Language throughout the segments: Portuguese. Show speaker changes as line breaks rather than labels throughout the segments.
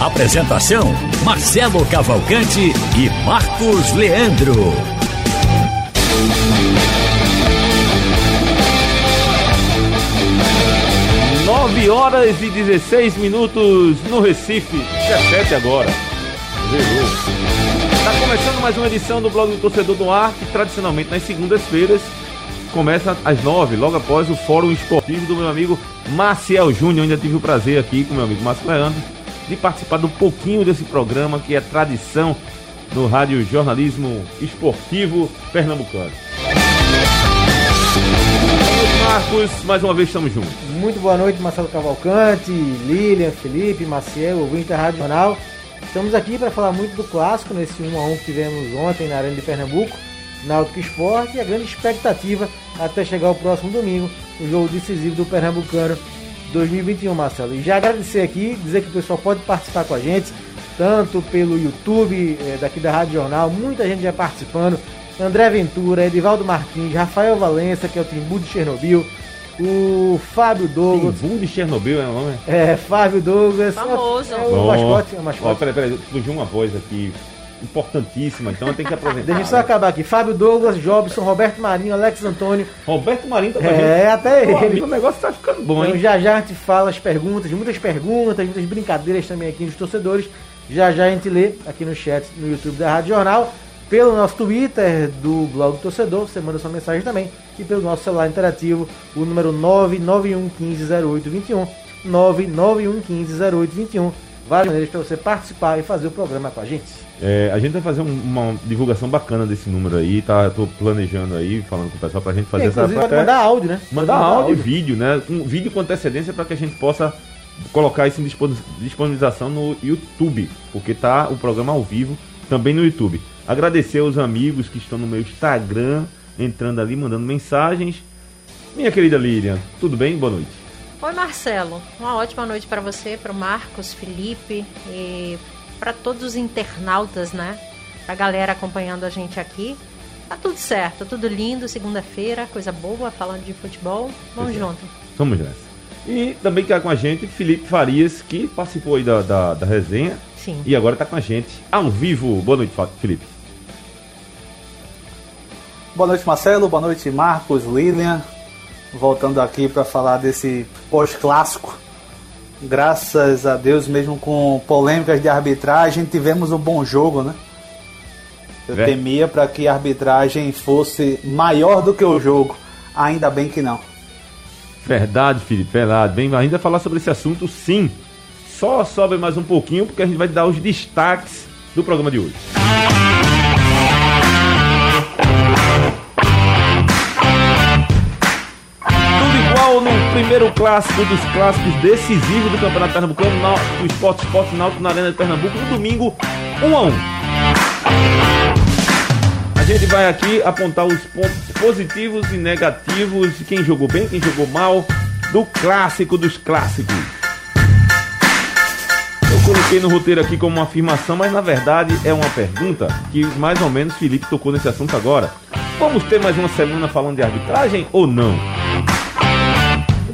Apresentação: Marcelo Cavalcante e Marcos Leandro.
Nove horas e 16 minutos no Recife, 17 agora. Zerou. Está começando mais uma edição do Blog do Torcedor do Ar, que tradicionalmente nas segundas-feiras começa às nove, logo após o Fórum Esportivo do meu amigo Marcel Júnior. Ainda tive o prazer aqui com meu amigo Márcio Leandro de participar de um pouquinho desse programa que é tradição no rádio jornalismo esportivo pernambucano. Marcos, mais uma vez estamos juntos.
Muito boa noite, Marcelo Cavalcante, Lilian, Felipe, Maciel, ouvinte da Rádio Jornal. Estamos aqui para falar muito do clássico, nesse 1x1 que tivemos ontem na Arena de Pernambuco, na Náutico Esporte, e a grande expectativa até chegar o próximo domingo, o jogo decisivo do Pernambucano 2021, Marcelo. E já agradecer aqui, dizer que o pessoal pode participar com a gente, tanto pelo YouTube eh, daqui da Rádio Jornal, muita gente já participando. André Ventura, Edivaldo Martins, Rafael Valença, que é o Timbu de Chernobyl, o Fábio Douglas.
Timbu de Chernobyl é o nome?
É, Fábio Douglas.
Famoso.
É o mascote, é o
Ó, tá-
mascote.
peraí, peraí, fugiu uma voz aqui importantíssima, então eu tenho que apresentar.
Deixa eu só
né?
acabar aqui. Fábio Douglas, Jobson, Roberto Marinho, Alex Antônio.
Roberto Marinho tá com a
É, até
gente. Pô,
ele.
amigo, o negócio tá ficando bom,
Então
hein?
já já a gente fala as perguntas, muitas perguntas, muitas brincadeiras também aqui dos torcedores. Já já a gente lê aqui no chat no YouTube da Rádio Jornal, pelo nosso Twitter do blog do torcedor, você manda sua mensagem também, e pelo nosso celular interativo, o número 991150821, 991150821. Várias maneiras para você participar e fazer o programa com a gente.
É, a gente vai fazer um- uma divulgação bacana desse número aí, tá? Eu tô planejando aí, falando com o pessoal, pra gente fazer
E,
essa
inclusive, pode
pra-
mandar áudio, né?
mandar áudio e vídeo, né? Um vídeo com antecedência para que a gente possa colocar isso em dispos- disponibilização no YouTube, porque tá o programa ao vivo também no YouTube. Agradecer aos amigos que estão no meu Instagram, entrando ali, mandando mensagens. Minha querida Lilian, tudo bem? Boa noite.
Oi, Marcelo. Uma ótima noite para você, para o Marcos, Felipe e para todos os internautas, né? A galera acompanhando a gente aqui. Tá tudo certo, tudo lindo, segunda-feira, coisa boa, falando de futebol. Vamos
Pois é.
junto.
Vamos nessa. E também tá com a gente Felipe Farias, que participou aí da, da, da resenha
Sim.
e agora tá com a gente ao vivo. Boa noite, Fa- Felipe.
Boa noite, Marcelo. Boa noite, Marcos, Lilian. Voltando aqui para falar desse pós-clássico. Graças a Deus, mesmo com polêmicas de arbitragem, tivemos um bom jogo, né? Eu
Vé.
temia para que a arbitragem fosse maior do que o jogo. Ainda bem que não.
Verdade, Felipe, verdade. Bem, ainda falar sobre esse assunto, sim. Só sobe mais um pouquinho, porque a gente vai dar os destaques do programa de hoje. Tudo igual no primeiro clássico dos clássicos decisivos do Campeonato Pernambucano, na- do Esporte Esporte Náutico na Arena de Pernambuco, no domingo, 1 a 1 a gente vai aqui apontar os pontos positivos e negativos, quem jogou bem, quem jogou mal, do clássico dos clássicos. Eu coloquei no roteiro aqui como uma afirmação, mas na verdade é uma pergunta que mais ou menos Felipe tocou nesse assunto agora. Vamos ter mais uma semana falando de arbitragem ou não?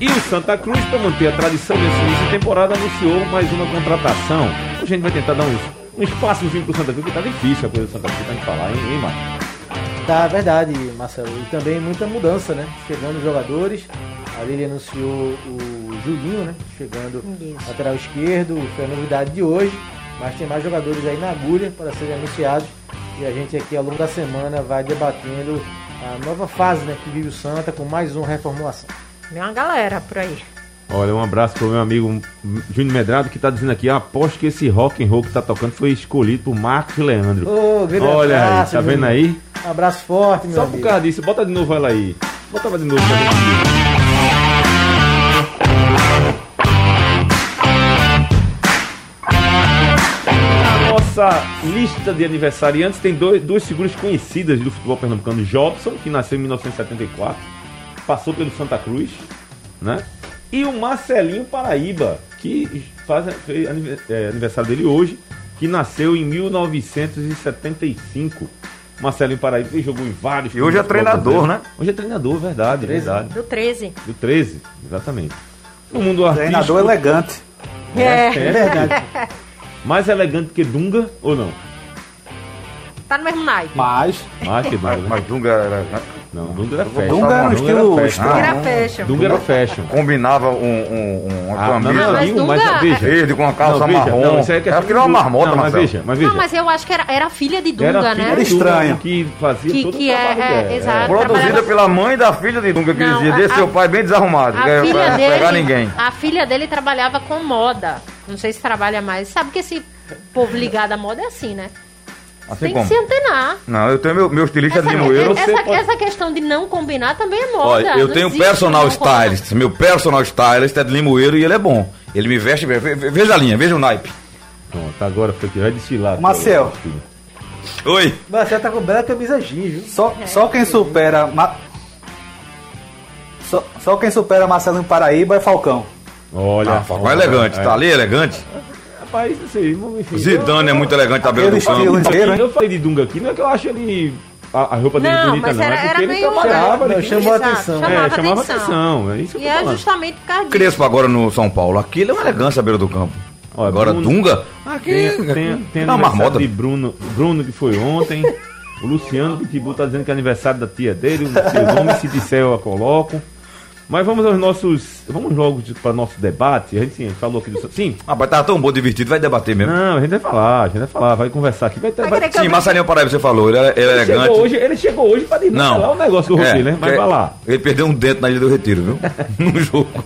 E o Santa Cruz, para manter a tradição desse início de temporada, anunciou mais uma contratação. A gente vai tentar dar uns, um espaçozinho pro Santa Cruz, que tá difícil a coisa do Santa Cruz, tá de falar, hein, hein Marcos?
Tá, verdade, Marcelo. E também muita mudança, né? Chegando os jogadores. Ali ele anunciou o Julinho, né? Chegando
Isso.
lateral esquerdo. Foi a novidade de hoje. Mas tem mais jogadores aí na agulha para serem anunciados. E a gente aqui ao longo da semana vai debatendo a nova fase né, que vive o Santa com mais uma reformulação.
Vem uma galera por aí.
Olha, um abraço pro meu amigo Júnior Medrado que tá dizendo aqui, "Eu aposto que esse rock and roll que tá tocando foi escolhido por Marcos Leandro.
Ô, grande
Olha aí,
abraço,
tá vendo
Julinho.
aí?
Abraço forte, meu
Só um por
amigo.
causa disso, bota de novo ela aí. Bota ela de novo pra gente. ver. Na nossa nossa lista de aniversariantes tem dois, duas figuras conhecidas do futebol pernambucano. Jobson, que nasceu em 1974, passou pelo Santa Cruz, né? E o Marcelinho Paraíba, que faz fez anive- é, aniversário dele hoje, que nasceu em 1975. Marcelinho Paraíba que jogou em vários.
E hoje é
clubes do futebol
treinador,
brasileiro. Hoje é treinador, verdade, verdade.
Do 13.
Do 13, exatamente. No mundo artístico.
Treinador elegante.
É.
é verdade. Mais elegante que Dunga ou não?
Tá no mesmo naipe.
Mas
Mais que Dunga.
Mas,
né?
Ah, mas Dunga era-
Não, Dunga era
Dunga
fashion.
Dunga era um estilo.
fashion.
Ah,
estranho.
Era fashion.
Dunga era fashion.
combinava um, um, um- uma
Ah, não,
camisa
não,
mas
amigo, mas
Dunga-
veja.
verde com uma calça
Não, veja,
marrom.
não, isso aí é
Ela
questão
virou
de
uma
Dunga.
marmota,
Não, mas
Marcelo.
veja, mas veja.
Não, Ah, mas eu acho que era, era a filha de
Era
Dunga,
filha de
né?
Dunga,
Estranha.
Que fazia
Que-
todo
que
o
é-
trabalho
é,
dela.
exato.
Produzida
trabalhava-
pela mãe da filha de Dunga, que
Não,
dizia,
a-
desse seu
a-
pai bem desarrumado,
A
que era
filha
pra
dele,
pegar ninguém.
A filha dele trabalhava com moda. Não sei se trabalha mais. Sabe que esse povo ligado à moda é assim, né?
Assim
Tem
como?
que se antenar.
Não, eu tenho meu, meu estilista
Essa,
de Limoeiro.
essa-
é você pode-
essa questão de não combinar também é moda.
Olha, eu
Não
tenho um
existe
personal
não combinar.
stylist. Meu personal stylist é de Limoeiro e ele é bom. Ele me veste bem. Ve- ve- Veja a linha, veja o naipe.
Pronto, agora foi que vai desfilar.
Marcel.
Oi.
Marcelo tá com bela camisa G, viu?
Só, só quem supera. Ma- Só, só quem supera Marcelinho Paraíba é Falcão.
Olha.
Ah, Falcão é elegante, tá ali elegante.
Rapaz, isso aí, enfim.
Zidane é muito elegante à beira
Aquele
do campo.
estilo inteiro, hein?
Eu falei de Dunga aqui, não é que eu acho ele. A, a roupa dele
Não,
bonita,
mas
não.
era,
é
era
porque ele
meio.
trabalhava,
Exato,
né?
chamou a
exato,
atenção.
Chamava
É, chamava
atenção.
atenção. É isso que
E
eu tô
é
falando.
justamente por causa disso.
Crespo agora no São Paulo. Aquilo é uma elegância à beira do campo.
Ó,
agora
Bruno-
Dunga. Ah,
Tem,
Aqui.
tem, tem
Não,
aniversário
marmota.
de Bruno, Bruno que foi ontem. o Luciano Pitbull tá dizendo que é aniversário da tia dele. O seu nome, se disser, eu a coloco. Mas vamos aos nossos. Vamos logo para nosso debate. A gente sim, falou aqui do. São- Sim,
Rapaz, tava tão bom, divertido. Vai debater mesmo.
não, a gente vai falar, a gente vai falar, vai conversar aqui. Vai, ter- vai,
Sim, Marcelinho Paraíba, você falou. Ele é, ele é
ele,
elegante.
chegou hoje, ele chegou hoje pra
Não. É,
desmantelar o negócio do roteiro, né? Vai
que-
pra lá.
Ele perdeu um dente na Ilha do Retiro, viu? Num jogo.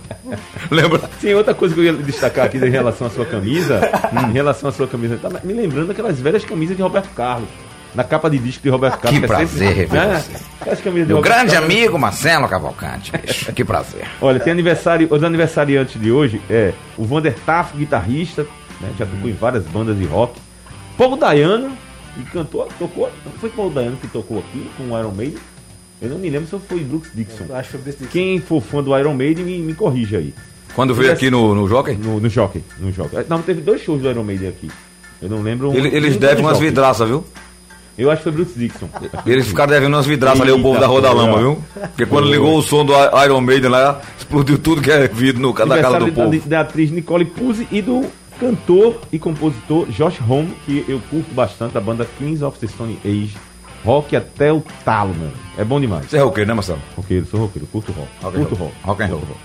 Lembra?
Sim, outra coisa que eu ia destacar aqui em relação à sua camisa, hum, em relação à sua camisa, tá me lembrando daquelas velhas camisas de Roberto Carlos. Na capa de disco de Roberto Carlos.
que
é sempre-
prazer rever
né?
você.
Aquelas camisas de
Meu
Roberto
grande
Carlos.
amigo Marcelo Cavalcante, bicho. Que prazer.
Olha, tem aniversário, os aniversariantes de hoje é o Vander Taff, guitarrista, né, já tocou em várias bandas de rock. Paul Dayano, e cantou, tocou, não foi Paul Dayano que tocou aqui com o Iron Maiden? Eu não me lembro se foi Brooks Dixon.
Eu acho que foi desse
Quem for fã do Iron Maiden, me, me corrija aí.
Quando veio aqui no, no Jockey,
No, no Jockey, no Jockey. Não, teve dois shows do Iron Maiden aqui. Eu não lembro. um-
ele- eles
um
devem
do
umas É,
Jockey.
vidraças, viu?
Eu acho que foi Bruce Dixon.
Eles ficaram devendo umas vidraças ali, o povo da Roda Lama, viu? Porque quando ligou o som do I- Iron Maiden lá, explodiu tudo que é vidro no, na casa do
Aniversário da,
povo.
da atriz Nicole Puzzi e do cantor e compositor Josh Homme, que eu curto bastante, da banda Kings of the Stone Age. Rock até o talo, mano. É bom demais.
Você é roqueiro, né, Marcelo?
Roqueiro, sou roqueiro, curto rock.
Rock and
curto
roll.
rock.
Rock and roll.
Curto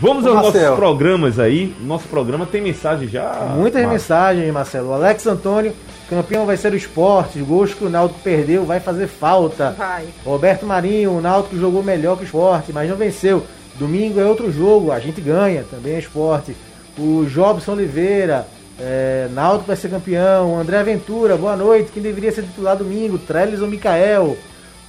Vamos
Ô,
aos
Marcel.
nossos programas aí. Nosso programa tem mensagem já.
Muitas
Marcos?
mensagens, Marcelo. O Alex Antônio, campeão vai ser o esporte. Os gols que o Náutico perdeu vai fazer falta.
Vai.
Roberto Marinho, o Náutico jogou melhor que o esporte, mas não venceu. Domingo é outro jogo, a gente ganha, também é esporte. O Jobson Oliveira, é, Náutico vai ser campeão. O André Ventura, boa noite. Quem deveria ser titular domingo? Trellis ou Mikael?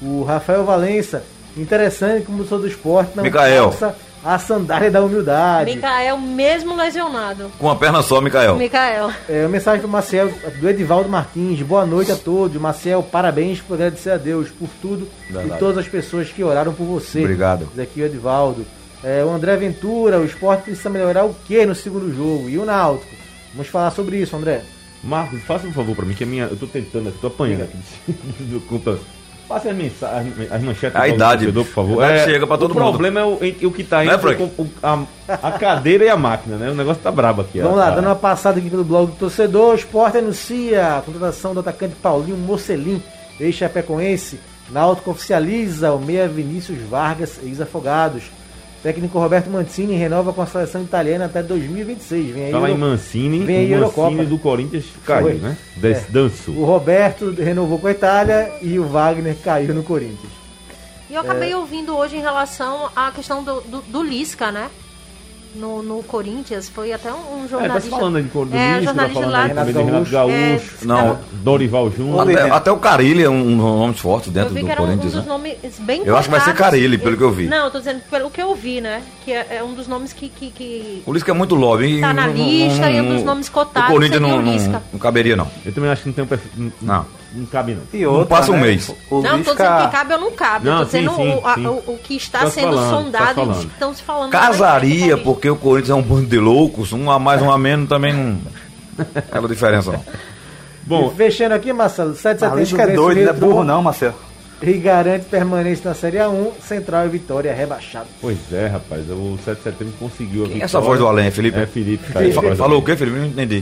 O Rafael Valença, interessante como sou do esporte, não
Mikael.
calça a sandália da humildade.
Micael mesmo lesionado.
Com uma perna só, Micael.
Micael.
É, uma mensagem do Maciel, do Edivaldo Martins. Boa noite a todos. Maciel, parabéns por agradecer a Deus por tudo e todas as pessoas que oraram por você.
Obrigado.
Diz aqui o Edivaldo. É, o André Ventura, o esporte precisa melhorar o que no segundo jogo? E o Náutico? Vamos falar sobre isso, André.
Marcos, faça um favor pra mim, que a minha. Eu tô tentando aqui, tô apanhando aqui. do- do- do- Faça as mensagens, as manchetes.
A
do
idade.
torcedor, por favor.
A idade chega pra todo
o
mundo.
problema é o, entre o que tá
Não é,
entre
Frank?
o- a, a cadeira e a máquina, né? O negócio tá brabo aqui.
Vamos
a-
lá,
a-
dando uma passada aqui pelo blog do torcedor. O Sport anuncia a contratação do atacante Paulinho Mocelin, ex-chapecoense. Náutico oficializa o meia Vinícius Vargas, ex-afogados. Técnico Roberto Mancini renova com a seleção italiana até 2026. Vem aí,
Fala em
o-
Mancini,
Vem aí
o Mancini
Eurocopa.
do Corinthians caiu,
Foi. É.
né? Des, Danço.
o Roberto renovou com a Itália e o Wagner caiu no Corinthians.
É.
E eu acabei ouvindo hoje em relação à questão do, do, do Lisca, né? no, no Corinthians, foi até um,
É, tá
um
se
jornalista.
falando de Corinthians,
É,
tá
jornalista
falando
lá.
aí também de Renato
É,
Gaúcho,
Não.
Dorival Júnior.
Até, até o Carilli é um nome forte
Eu
dentro
vi
do
que era um
Corinthians,
dos
né?
nomes bem
Eu acho que vai ser
cotados.
Carille, pelo que eu vi.
Não, eu tô dizendo pelo que eu vi, né? Que é, é um dos nomes que, que, que
Ulisca é muito lobby. hein?
Tá na
Não- não-
lista, e um
não-
dos nomes cotados
O Corinthians
seria um
não, não,
Ulisca.
não caberia, não.
Eu também acho que não tem um perfil.
Não.
Não cabe, não.
E outra,
passa um
né,
mês.
O
Não, tô dizendo que
Lisca
cabe ou não cabe.
Não,
tô dizendo
sim, sim,
o, a-
sim.
o- o que está
Tá se
sendo
falando, tá se
sondado
falando.
e estão se falando.
Casaria,
Mas-
porque o Corinthians é um bando de loucos, um a mais, um a menos, também não. Aquela diferença, não.
Bom,
E fechando aqui, Marcelo, 7 de
A
setembro.
Lisca é
vence
doido, não é
Retro
burro não, Marcelo.
E garante permanência na Série A1, Central e Vitória rebaixado.
pois é, rapaz. O 7 de setembro conseguiu a
Quem
vitória.
é essa voz do além, Felipe?
É, Felipe. Tá aí,
Ele fa- Falou o quê, Felipe? Não entendi.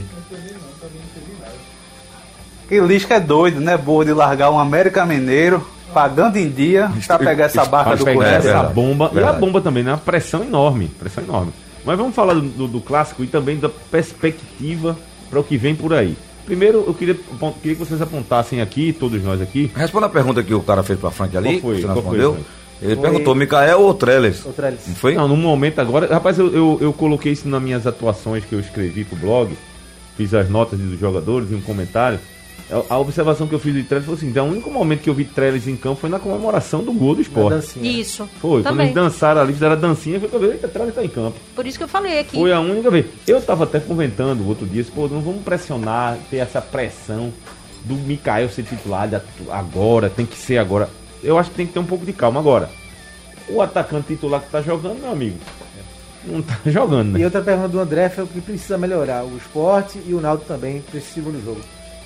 Que Lisca é doido, né? Burro de largar um América Mineiro, pagando em dia, pra pegar essa barca
Vai
do
pegar
Corinthians.
essa
verdade.
bomba. E a
Verdade.
bomba também, né? Uma pressão enorme. Pressão enorme. Mas vamos falar do, do- do clássico e também da perspectiva para o que vem por aí. Primeiro, eu queria, apon- queria que vocês apontassem aqui, todos nós aqui,
Responda a pergunta que o cara fez pra Frank ali,
Qual foi?
que você não
Qual foi,
respondeu.
Frank?
Ele
Foi-
perguntou, Micael ou Trellis?
Outra lista.
Não foi?
Não, no momento agora. Rapaz, eu, eu, eu coloquei isso nas minhas atuações que eu escrevi pro blog. Fiz as notas dos jogadores e um comentário. A- A observação que eu fiz de Trellis foi assim: o único momento que eu vi Trellis em campo foi na comemoração do gol do
Na
esporte.
dancinha.
Isso.
Foi, quando então
também.
eles dançaram ali, fizeram a dancinha, foi que eu vi, eita, Trellis tá em campo.
Por isso que eu falei aqui.
Foi a única vez. Eu tava até comentando outro dia, pô, não vamos pressionar, ter essa pressão do Mikael ser titular de atu- agora, tem que ser agora. Eu acho que tem que ter um pouco de calma agora. O atacante titular que tá jogando, meu amigo, não tá jogando, né?
E outra pergunta do André foi o que precisa melhorar. O esporte e o Naldo também precisam do jogo.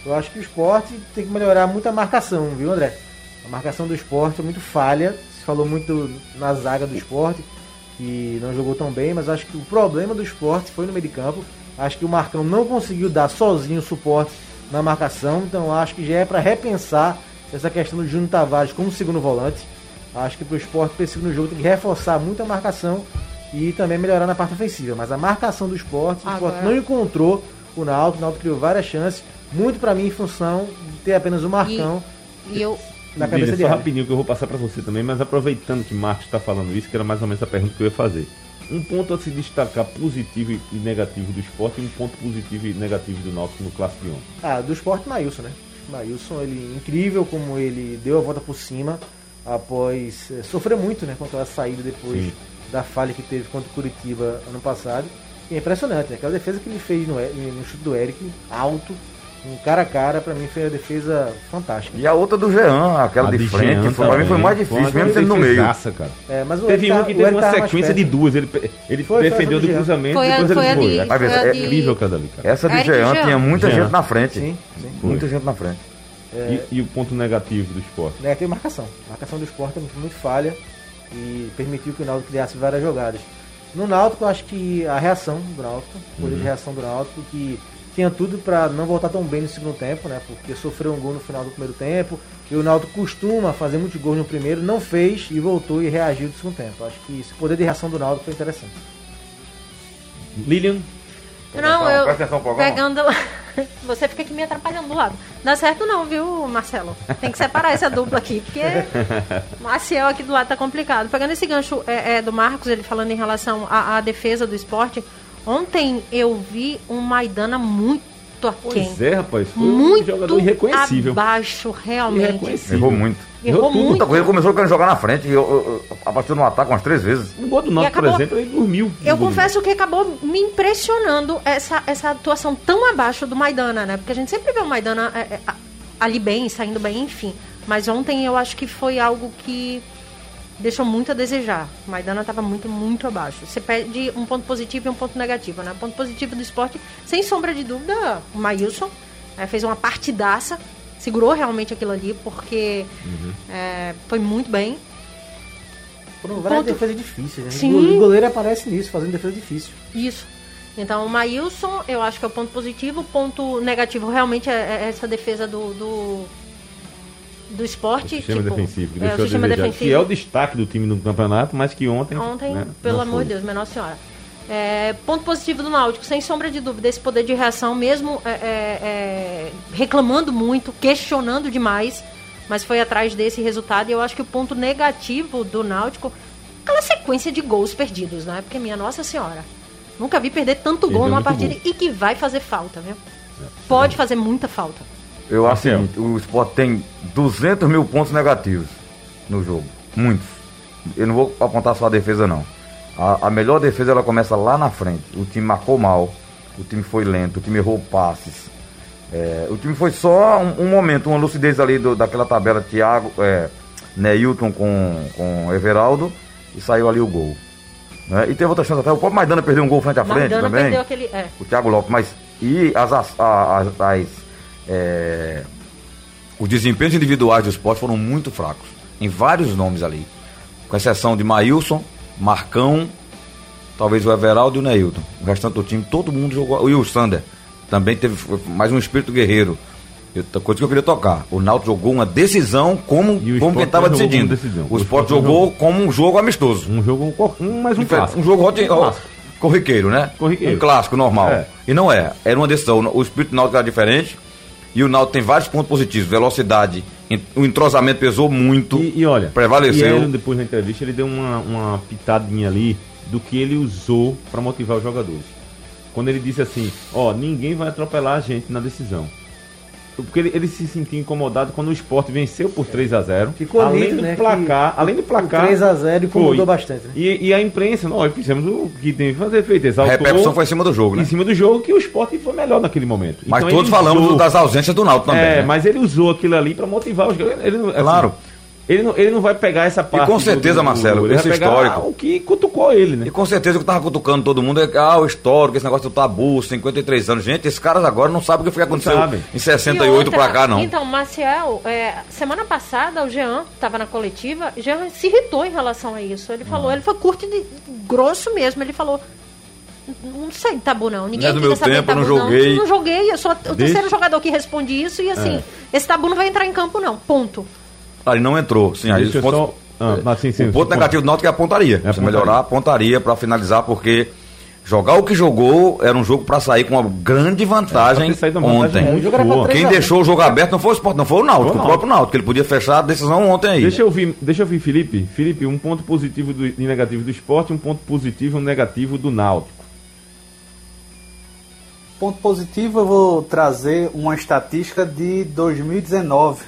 Eu acho que o esporte tem que melhorar muito a marcação, viu, André? A marcação do esporte é muito falha. Se falou muito na zaga do esporte, que não jogou tão bem, mas acho que o problema do esporte foi no meio de campo. Acho que o Marcão não conseguiu dar sozinho suporte na marcação, então acho que já é para repensar essa questão do Júnior Tavares como segundo volante. Acho que para o esporte para esse segundo jogo tem que reforçar muito a marcação e também melhorar na parte ofensiva. Mas a marcação do esporte, o
Agora-
esporte não encontrou o Náutico, o Náutico criou várias chances, muito para mim em função de ter apenas o Marcão
E eu.
na cabeça
Diga,
de
só
área.
rapidinho que eu vou passar pra você também, mas aproveitando que Marcos está falando isso, que era mais ou menos a pergunta que eu ia fazer. Um ponto a se destacar positivo e- e negativo do esporte e um ponto positivo e negativo do Náutico no clássico de ontem.
Ah, do esporte, Maílson, né? Maílson, ele incrível como ele deu a volta por cima após eh, sofrer muito, né, com aquela saída depois da falha que teve contra o Curitiba ano passado. E é impressionante, né? Aquela defesa que ele fez no, E- no chute do Eric, alto, um cara a cara, pra mim foi uma defesa fantástica.
E a outra do Jean, aquela
A tá
de
de
frente,
Jean
foi, pra mim foi
também.
mais
Foi uma
difícil, mesmo sendo no meio.
defesaça, cara.
É, mas o
Teve
Eric
um
tá-
que
o
teve
Eric
uma
tava mais
sequência de
perto.
duas. Ele, pe- ele
Foi, foi
defendeu
a
do
do Jean.
cruzamento
Foi a-
depois
foi a
ele
de-
foi.
foi a
É
de-
incrível aquela ali, cara.
Essa de
Eric
Jean
Jean.
tinha muita
Jean.
gente na frente.
Sim, sim.
Muita gente na frente.
E, e o ponto negativo do esporte?
Né, teve marcação. A marcação do esporte é muito, muito falha e permitiu que o Náutico criasse várias jogadas. No Náutico, eu acho que a reação do Náutico, o poder de reação do Náutico, que tinha tudo para não voltar tão bem no segundo tempo, né? Porque sofreu um gol no final do primeiro tempo. E o Náutico costuma fazer muitos gols no primeiro, não fez e voltou e reagiu no segundo tempo. Acho que esse poder de reação do Náutico foi interessante.
Lilian,
Não,
atenção,
eu.
presta atenção no programa.
Pegando. Você fica aqui me atrapalhando do lado. Dá certo não, viu, Marcelo? Tem que separar essa dupla aqui, porque Maciel aqui do lado tá complicado. Pegando esse gancho é, é, do Marcos, ele falando em relação à, à defesa do esporte, ontem eu vi um Maidana muito aquém.
pois é, rapaz. Foi um
muito
jogador irreconhecível.
abaixo, realmente.
Irreconhecível.
Errou muito.
Errou
tudo.
muito.
Muita coisa, Ele começou querendo jogar na frente, e eu, eu, eu- a partir de um ataque umas três vezes.
Um gol do Náutico, por
acabou-
exemplo, ele dormiu.
Eu
No gol do
confesso que acabou me impressionando essa, essa atuação tão abaixo do Maidana, né? Porque a gente sempre vê o Maidana é, é, a- ali bem, saindo bem, enfim. Mas ontem eu acho que foi algo que deixou muito a desejar. O Maidana estava muito, muito abaixo. Você pede um ponto positivo e um ponto negativo, né? Ponto positivo do esporte, sem sombra de dúvida, o Maílson eh, fez uma partidaça, segurou realmente aquilo ali, porque eh, foi muito bem.
Foram várias
Ponto-
defesas difíceis, né?
Sim.
O goleiro aparece nisso, fazendo defesa difícil.
Isso. Então, o Maílson, eu acho que é o ponto positivo. O ponto negativo realmente é, é essa defesa do, do, do esporte.
O sistema
tipo,
defensivo, que
é, o
deixou a
sistema
desejar,
defensivo.
Que é o destaque do time no campeonato, mas que ontem.
Ontem,
né,
pelo
não
amor
foi.
de Deus, menor senhora. É, ponto positivo do Náutico, sem sombra de dúvida, esse poder de reação, mesmo é, é, é, reclamando muito, questionando demais, mas foi atrás desse resultado. E eu acho que o ponto negativo do Náutico, aquela sequência de gols perdidos, né? Porque, minha Nossa Senhora, Nunca vi perder tanto gol
Perdeu
numa
é muito É,
partida
gol.
e que vai fazer falta, viu? Pode fazer muita falta.
Eu acho
Marcelo.
que o Sport tem 200 mil pontos negativos no jogo. Muitos. Eu não vou apontar só a defesa, não. A, a melhor defesa ela começa lá na frente. O time marcou mal, o time foi lento, o time errou passes. É, o time foi só um, um momento, uma lucidez ali do- daquela tabela, Thiago, é, Neilton com, com Everaldo, e saiu ali o gol. né? E teve outra chance até. O próprio Maidana perdeu um gol frente a frente
Maidana
também
perdeu aquele. É,
o Thiago Lopes, mas e as, as, as, as, é,
Os desempenhos individuais do esporte foram muito fracos. Em vários nomes ali. Com exceção de Maílson, Marcão, talvez o Everaldo e o Neilton. O restante do time, todo mundo jogou. E o Sander também teve mais um espírito guerreiro. Eu- Coisa que eu queria tocar. O Náutico jogou uma decisão
E
como,
o
como
Sport
quem estava
não jogou como
decidindo.
decisão.
O
O
Sport
Sport
jogou
jogou.
como um jogo amistoso.
Um jogo, um qual- um, mais um
Difer-
clássico.
Um jogo rotin- ó,
clássico.
corriqueiro, né?
Corriqueiro.
Um clássico normal.
É.
E não é. Era uma decisão. O espírito do Náutico era diferente. E o Náutico tem vários pontos positivos. Velocidade. en- O entrosamento pesou muito.
E, e olha,
Prevaleceu.
E ele, depois na entrevista, ele deu uma, uma pitadinha ali do que ele usou pra motivar os jogadores. Quando ele disse assim: Ó, ninguém vai atropelar a gente na decisão. Porque ele, ele se sentiu incomodado quando o esporte venceu por 3 a 0
Ficou
além
nítido,
do
né,
placar,
que
além do placar.
o 3 a 0 incomodou
foi.
bastante, né?
E, e a imprensa, nós fizemos o que tem que fazer, feito,
A
exaltou.
repercussão foi em cima do jogo, né?
Em cima do jogo que o esporte foi melhor naquele momento.
Mas
Então,
todos
ele
falamos
usou-
das ausências do Náutico também.
é,
né?
mas ele usou aquilo ali pra motivar os jogadores. Ele não- assim,
Claro.
Ele não, ele não vai pegar essa parte.
com
do-
certeza,
do- do-
Marcelo,
ele vai
esse
pegar
histórico.
O que cutucou ele, né?
E com certeza o que tava cutucando todo mundo é ah, o histórico, esse negócio do tabu, 53 anos. Gente, esses caras agora não sabem o que foi que aconteceu
sabem.
em
E
68 pra cá, não.
Então, Maciel, é, semana passada o Jean estava na coletiva, Jean se irritou em relação a isso. Ele falou, ele foi curto e grosso mesmo. Ele falou. Não sei de tabu, não. Ninguém
Não é do
fica
meu
sabendo
tempo,
tabu,
não joguei." É.
Não, joguei, eu sou o terceiro
Deixa-
jogador que responde isso e assim, esse tabu não vai entrar em campo, não. Ponto.
Ah, Ele não entrou. Sim, aí os
Deixa eu só-
pontos-
ah, mas sim, sim,
o ponto
sim,
negativo do Náutico é a pontaria.
É a
Se
pontaria.
melhorar a pontaria pra finalizar, porque jogar o que jogou era um jogo pra sair com uma grande vantagem
É, pra ter saído uma vantagem
ontem.
muito
O jogo era pra
boa.
três
Quem
a um.
deixou o jogo aberto não foi o Sport, não foi o Náutico,
Foi o
o próprio Náutico. Ele podia fechar a decisão ontem aí.
Deixa eu ouvir, deixa eu ouvir Felipe. Felipe, um ponto positivo do- e negativo do esporte, um ponto positivo e um negativo do Náutico.
Ponto positivo, eu vou trazer uma estatística de 2019.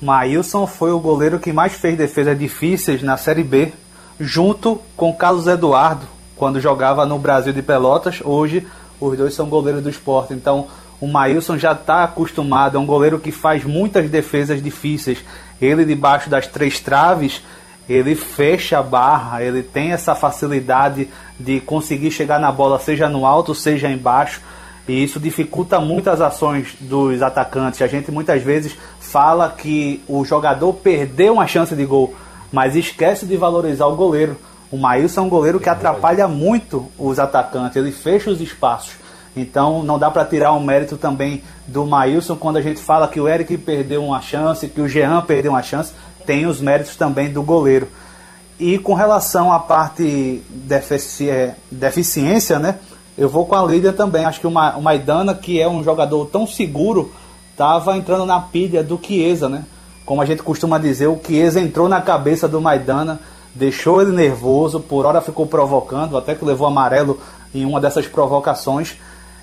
Maílson foi o goleiro que mais fez defesas difíceis na Série B, junto com Carlos Eduardo, quando jogava no Brasil de Pelotas. Hoje, os dois são goleiros do esporte. Então, o Maílson já está acostumado, é um goleiro que faz muitas defesas difíceis. Ele, debaixo das três traves, ele fecha a barra, ele tem essa facilidade de conseguir chegar na bola, seja no alto, seja embaixo. E isso dificulta muito as ações dos atacantes. A gente muitas vezes fala que o jogador perdeu uma chance de gol, mas esquece de valorizar o goleiro. O Maílson é um goleiro que atrapalha muito os atacantes, ele fecha os espaços. Então não dá para tirar o mérito também do Maílson quando a gente fala que o Eric perdeu uma chance, que o Jean perdeu uma chance, tem os méritos também do goleiro. E com relação à parte defici- eh, deficiência, né? Eu vou com a Lídia também. Acho que o Ma- o Maidana, que é um jogador tão seguro, estava entrando na pilha do Chiesa, né? Como a gente costuma dizer, o Chiesa entrou na cabeça do Maidana, deixou ele nervoso, por hora ficou provocando, até que levou amarelo em uma dessas provocações.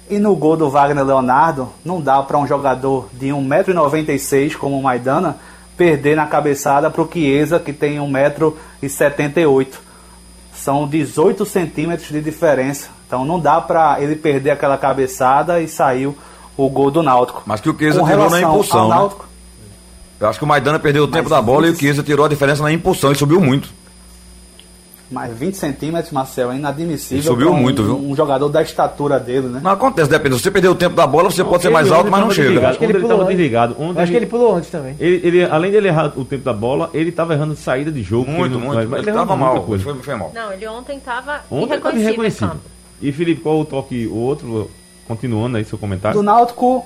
E no gol do Wagner Leonardo, não dá para um jogador de 1,96m como o Maidana perder na cabeçada para o Chiesa, que tem 1,78m. São 18 centímetros de diferença. Então não dá para ele perder aquela cabeçada e saiu o gol do Náutico.
Mas que o Chiesa
Com
tirou na
relação ao
impulsão, né?
Náutico,
Eu acho que o Maidana perdeu o tempo
Mas
da bola e o
isso-
Chiesa tirou a diferença na impulsão e subiu muito.
Mais 20 centímetros, Marcel, é inadmissível.
Ele subiu
pra um,
muito, viu?
Um jogador da estatura dele, né?
Não acontece, depende. Se você perder o tempo da bola, você pode ser
Ele-
mais
onde
alto, mas
tava
não chega.
Desligado,
Acho que
onde
ele
ele estava
pulou, hein?
desligado.
Eu
Onde
acho que ele pulou antes também.
ele, ele- além dele errar o tempo da bola, ele estava errando saída de jogo. que ele
Muito,
não-
muito.
mas
Ele
errou
tava
muita
mal.
coisa.
Foi, foi mal.
Não, ele ontem estava
Ontem ele tava
irreconhecível. tá. em
irreconhecível.
campo.
E Felipe, qual o toque, o outro, continuando aí seu comentário?
do Náutico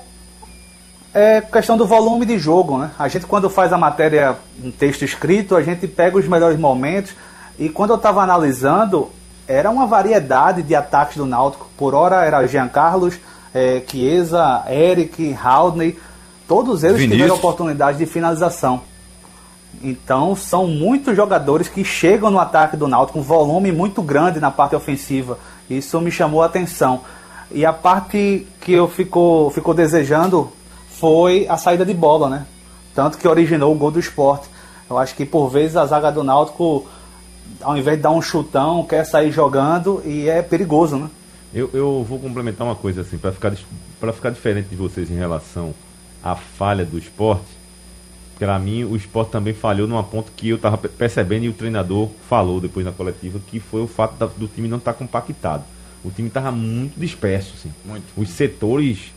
é questão do volume de jogo, né? A gente quando faz a matéria um texto escrito, a gente pega os melhores momentos e quando eu estava analisando, era uma variedade de ataques do Náutico. Por hora era Jean Carlos, eh, Chiesa, Eric, Haldney, todos eles tiveram
Vinícius.
oportunidade de finalização. Então são muitos jogadores que chegam no ataque do Náutico com um volume muito grande na parte ofensiva. Isso me chamou a atenção. E a parte que eu ficou, ficou desejando foi a saída de bola, né? Tanto que originou o gol do esporte. Eu acho que por vezes a zaga do Náutico, ao invés de dar um chutão, quer sair jogando e é perigoso, né?
Eu, eu vou complementar uma coisa assim, para ficar, pra ficar diferente de vocês em relação à falha do esporte. Para mim, o esporte também falhou numa ponta que eu estava percebendo e o treinador falou depois na coletiva, que foi o fato da- do time não estar compactado. O time estava muito disperso, assim.
Muito.
Os setores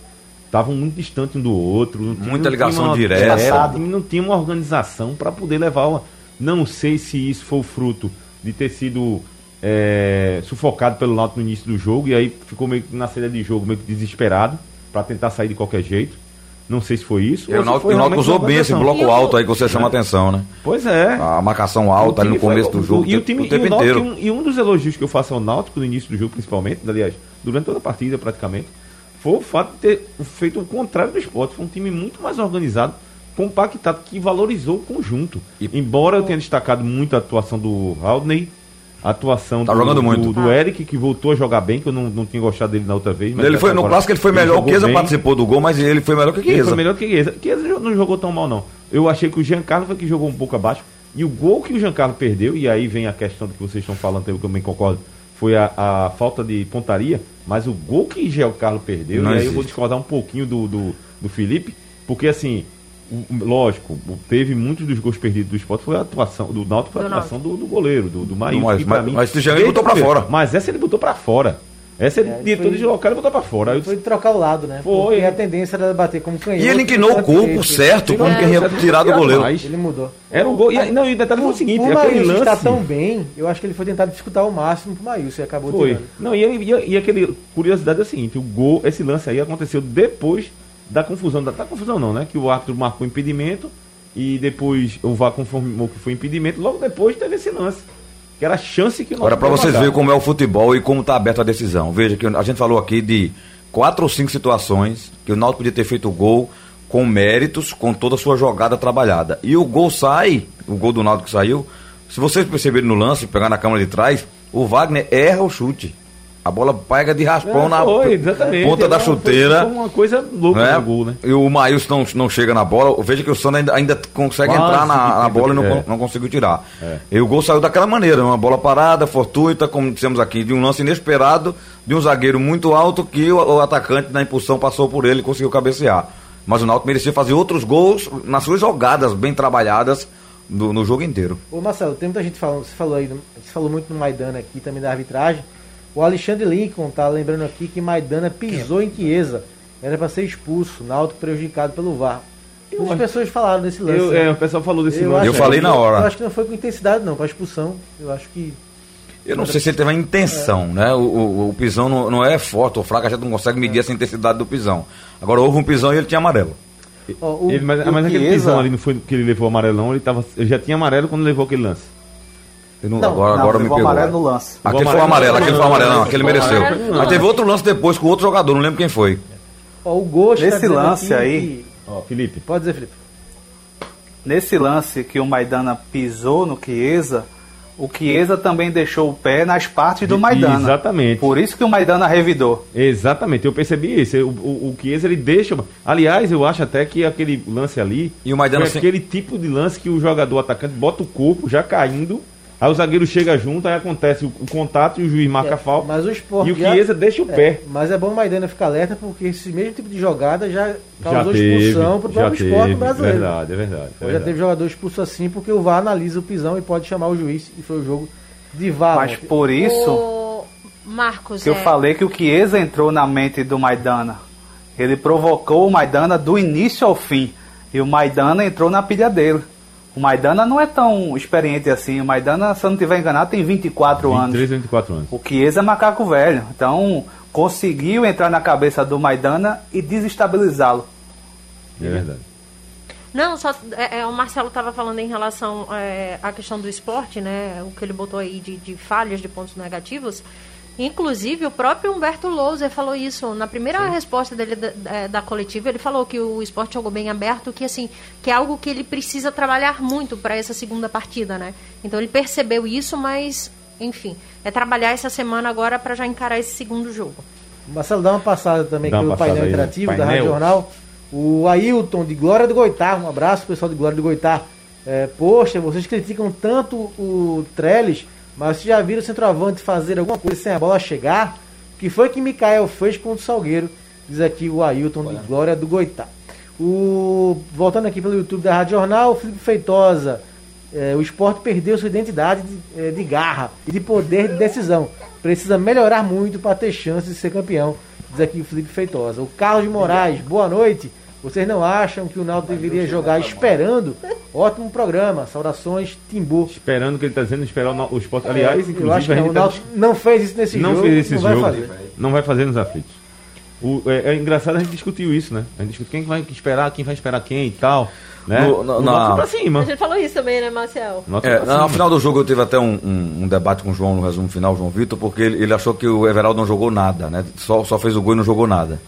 estavam muito distantes um do outro. não tinha-
Muita
não tinha
ligação
uma-
direta.
É, o time não tinha uma organização para poder levar uma... Não sei se isso foi o fruto de ter sido é, sufocado pelo Náutico no início do jogo e aí ficou meio que na saída de jogo meio que desesperado para tentar sair de qualquer jeito. Não sei se foi isso.
E É, o
ou se
Náutico
foi
o Náutico
realmente
usou
uma
bem esse
organização.
E
bloco
o-
alto aí que você chama atenção, né?
Pois é.
A marcação
O
alta ali
time
no começo
foi-
do jogo,
E o, time,
tempo
e o Náutico-
inteiro.
e um- E um dos elogios que eu faço ao Náutico no início do jogo, principalmente, aliás, durante toda a partida praticamente, foi o fato de ter feito o contrário do esporte. Foi um time muito mais organizado, compactado, que valorizou o conjunto.
E-
Embora eu tenha destacado muito a atuação do Haldney, a atuação
Tá
do,
jogando
do-
muito.
do Eric, que voltou a jogar bem, que eu não, não tinha gostado dele na outra vez. mas
Ele foi,
dessa
no
agora
clássico ele foi melhor. O
jogou
Keza
bem.
participou do gol, mas ele foi melhor que o
Ele foi
Keza.
melhor que Chiesa. Chiesa jo- não jogou tão mal, não. Eu achei que o Giancarlo foi que jogou um pouco abaixo. E o gol que o Giancarlo perdeu, e aí vem a questão do que vocês estão falando, eu também concordo, foi a, a falta de pontaria. Mas o gol que o Giancarlo perdeu,
Não
e aí eu
existe.
vou discordar um pouquinho do, do, do Felipe, porque assim, o- o- lógico, o- teve muitos dos gols perdidos do esporte, foi a atuação do Náutico, foi a
Do
atuação do, do goleiro, do, do Maílson,
Mas-
que pra
mas- mas esse Jean ele botou pra
desde o começo-
fora.
Mas essa ele botou pra fora. Essa ele
É,
tentou
foi-
deslocar e botou pra fora. Aí eu
Foi de trocar o lado, né?
Foi.
Porque a tendência era bater como canhoto. né?
E ele inclinou o corpo certo, como
É.
quem ia tirar do goleiro.
Mas-
Ele mudou.
Era um gol. E, não, e o detalhe foi o seguinte:
o
aquele
Maílson
lance.
está tá tão bem, eu acho que ele foi tentar dificultar o máximo pro Maílson e acabou
Foi.
tirando.
Não, e, ele- e- e aquele. Curiosidade é a seguinte: o gol, esse lance aí aconteceu depois da confusão. Da, da confusão não, né? Que o árbitro marcou impedimento e depois o VAR confirmou que foi impedimento. Logo depois teve esse lance. Que era a chance que o
Agora, para
Náutico
vocês
ia
verem
marcar.
como é o futebol e como está aberta a decisão. Veja que a gente falou aqui de quatro ou cinco situações que o Náutico podia ter feito o gol com méritos, com toda a sua jogada trabalhada. E o gol sai, o gol do Náutico que saiu, se vocês perceberem no lance, pegar na câmera de trás, o Wagner erra o chute. A bola pega de raspão
É,
na
foi,
p-
exatamente.
ponta da
Era uma-
chuteira.
Foi uma coisa louca
né?
no gol, né?
E o Maílson não, não chega na bola. Veja que o Sandro ainda, ainda consegue
Quase
entrar na,
que
na bola e não,
tenta, é.
não conseguiu tirar. E o gol saiu daquela maneira, né? uma bola parada, fortuita, como dissemos aqui, de um lance inesperado, de um zagueiro muito alto que o, o atacante na impulsão passou por ele e conseguiu cabecear. Mas o Náutico merecia fazer outros gols nas suas jogadas bem trabalhadas do- no jogo inteiro.
Ô Marcelo, tem muita gente falando, você falou aí, você falou muito no Maidana aqui também da arbitragem. O Alexandre Lincoln tá lembrando aqui que Maidana pisou em Chiesa. Era pra ser expulso, Náutico prejudicado pelo VAR. Muitas pessoas falaram desse lance.
Eu-
né?
é, o pessoal falou desse
Eu
lance.
acho
Eu
aí.
falei
que-
na hora.
Eu acho que não foi com intensidade, não, pra expulsão. Eu acho que.
Eu não sei se ele teve a intenção, né? O, o, o pisão não, não é forte ou fraco, a gente não consegue medir essa intensidade do pisão. Agora houve um pisão e ele tinha amarelo.
Ó, o-
Ele- mas
o
mas aquele
Chiesa-
pisão ali não foi que ele levou o amarelão, ele, tava, ele já tinha amarelo quando levou aquele lance.
Eu não-
Não,
um- agora
Não,
agora me
levou
pegou.
amarelo no lance.
Aquele foi o amarelo, aquele foi o amarelo, né? não, aquele
Não,
mereceu.
não, não.
Mas teve outro lance depois com outro jogador, não lembro quem foi.
ó, o Gosto. tá
Nesse
dizendo
lance
aqui
aí-
que-
Ó, Felipe.
Pode dizer, Felipe.
Nesse lance que o Maidana pisou no Chiesa, o Chiesa também deixou o pé nas partes do Maidana.
Exatamente.
Por isso que o Maidana revidou.
Exatamente, eu percebi isso. O, o, o Chiesa, ele deixa. Aliás, eu acho até que aquele lance ali.
E o Maidana
foi
sem-
aquele tipo de lance que o jogador atacante bota o corpo já caindo. Aí o zagueiro chega junto, aí acontece o, o contato e o juiz marca a falta.
É, Mas o esporte.
E o Chiesa deixa o
é,
pé.
Mas é bom o Maidana ficar alerta, porque esse mesmo tipo de jogada já
Já
causou
teve.
expulsão pro
já
próprio esporte
teve,
brasileiro.
Verdade, é verdade. é
Já
verdade.
teve jogador expulso assim porque o VAR analisa o pisão e pode chamar o juiz. E foi o jogo de VAR.
Mas
ontem.
por isso
O Marcos,
que eu
é,
falei que o Chiesa entrou na mente do Maidana. Ele provocou o Maidana do início ao fim. E o Maidana entrou na pilha dele. O Maidana não é tão experiente assim. O Maidana, se eu não tiver enganado, tem 24 anos.
23, 24 anos.
O Chiesa é macaco velho. Então, conseguiu entrar na cabeça do Maidana e desestabilizá-lo.
É verdade.
Não, só é, é, o Marcelo estava falando em relação é, à questão do esporte, né? O que ele botou aí de, de falhas, de pontos negativos. Inclusive, o próprio Humberto Louser falou isso. Na primeira resposta dele da, é, da coletiva, ele falou que o esporte jogou bem aberto, que assim, que é algo que ele precisa trabalhar muito para essa segunda partida, né? Então ele percebeu isso, mas Enfim, é trabalhar essa semana agora para já encarar esse segundo jogo.
Marcelo, dá uma passada também
Dá
aqui
uma
no
passada
painel
aí, né?
interativo da
Painel.
Rádio Jornal. O Ailton de Glória do Goitá, um abraço pessoal de Glória do Goitá. É, poxa, vocês criticam tanto o Trellis, mas vocês já viram o centroavante fazer alguma coisa sem a bola chegar? O que foi que Mikael fez contra o Salgueiro? Diz aqui o Ailton de Glória do Goitá. O, voltando aqui pelo YouTube da Rádio Jornal, o Felipe Feitosa. É, o esporte perdeu sua identidade de, é, de garra e de poder de decisão. Precisa melhorar muito para ter chance de ser campeão, diz aqui o Felipe Feitosa. O Carlos de Moraes, boa noite. Vocês não acham que o Náutico deveria jogar esperando? Ótimo programa. Saudações, Timbu.
Esperando que ele tá dizendo, esperar o, na- o esporte. Aliás,
É, eu acho
inclusive,
que
a
não,
gente
o
tá-
Náutico não fez isso nesse
não
jogo.
fez esse
não vai
jogo.
fazer.
Não vai fazer nos aflitos. O- é, é engraçado a gente discutiu isso, né? A gente discutiu quem vai esperar, quem vai esperar quem e tal. Né?
No- no-
O
na-
Náutico pra
A
cima.
gente falou isso também, né, Marcel?
Nota
É,
pra
na-
cima.
no final do jogo eu tive até um, um- um debate com o João no resumo final, João Vitor, porque ele, ele achou que o Everaldo não jogou nada, né? Só, só fez o gol e não jogou nada.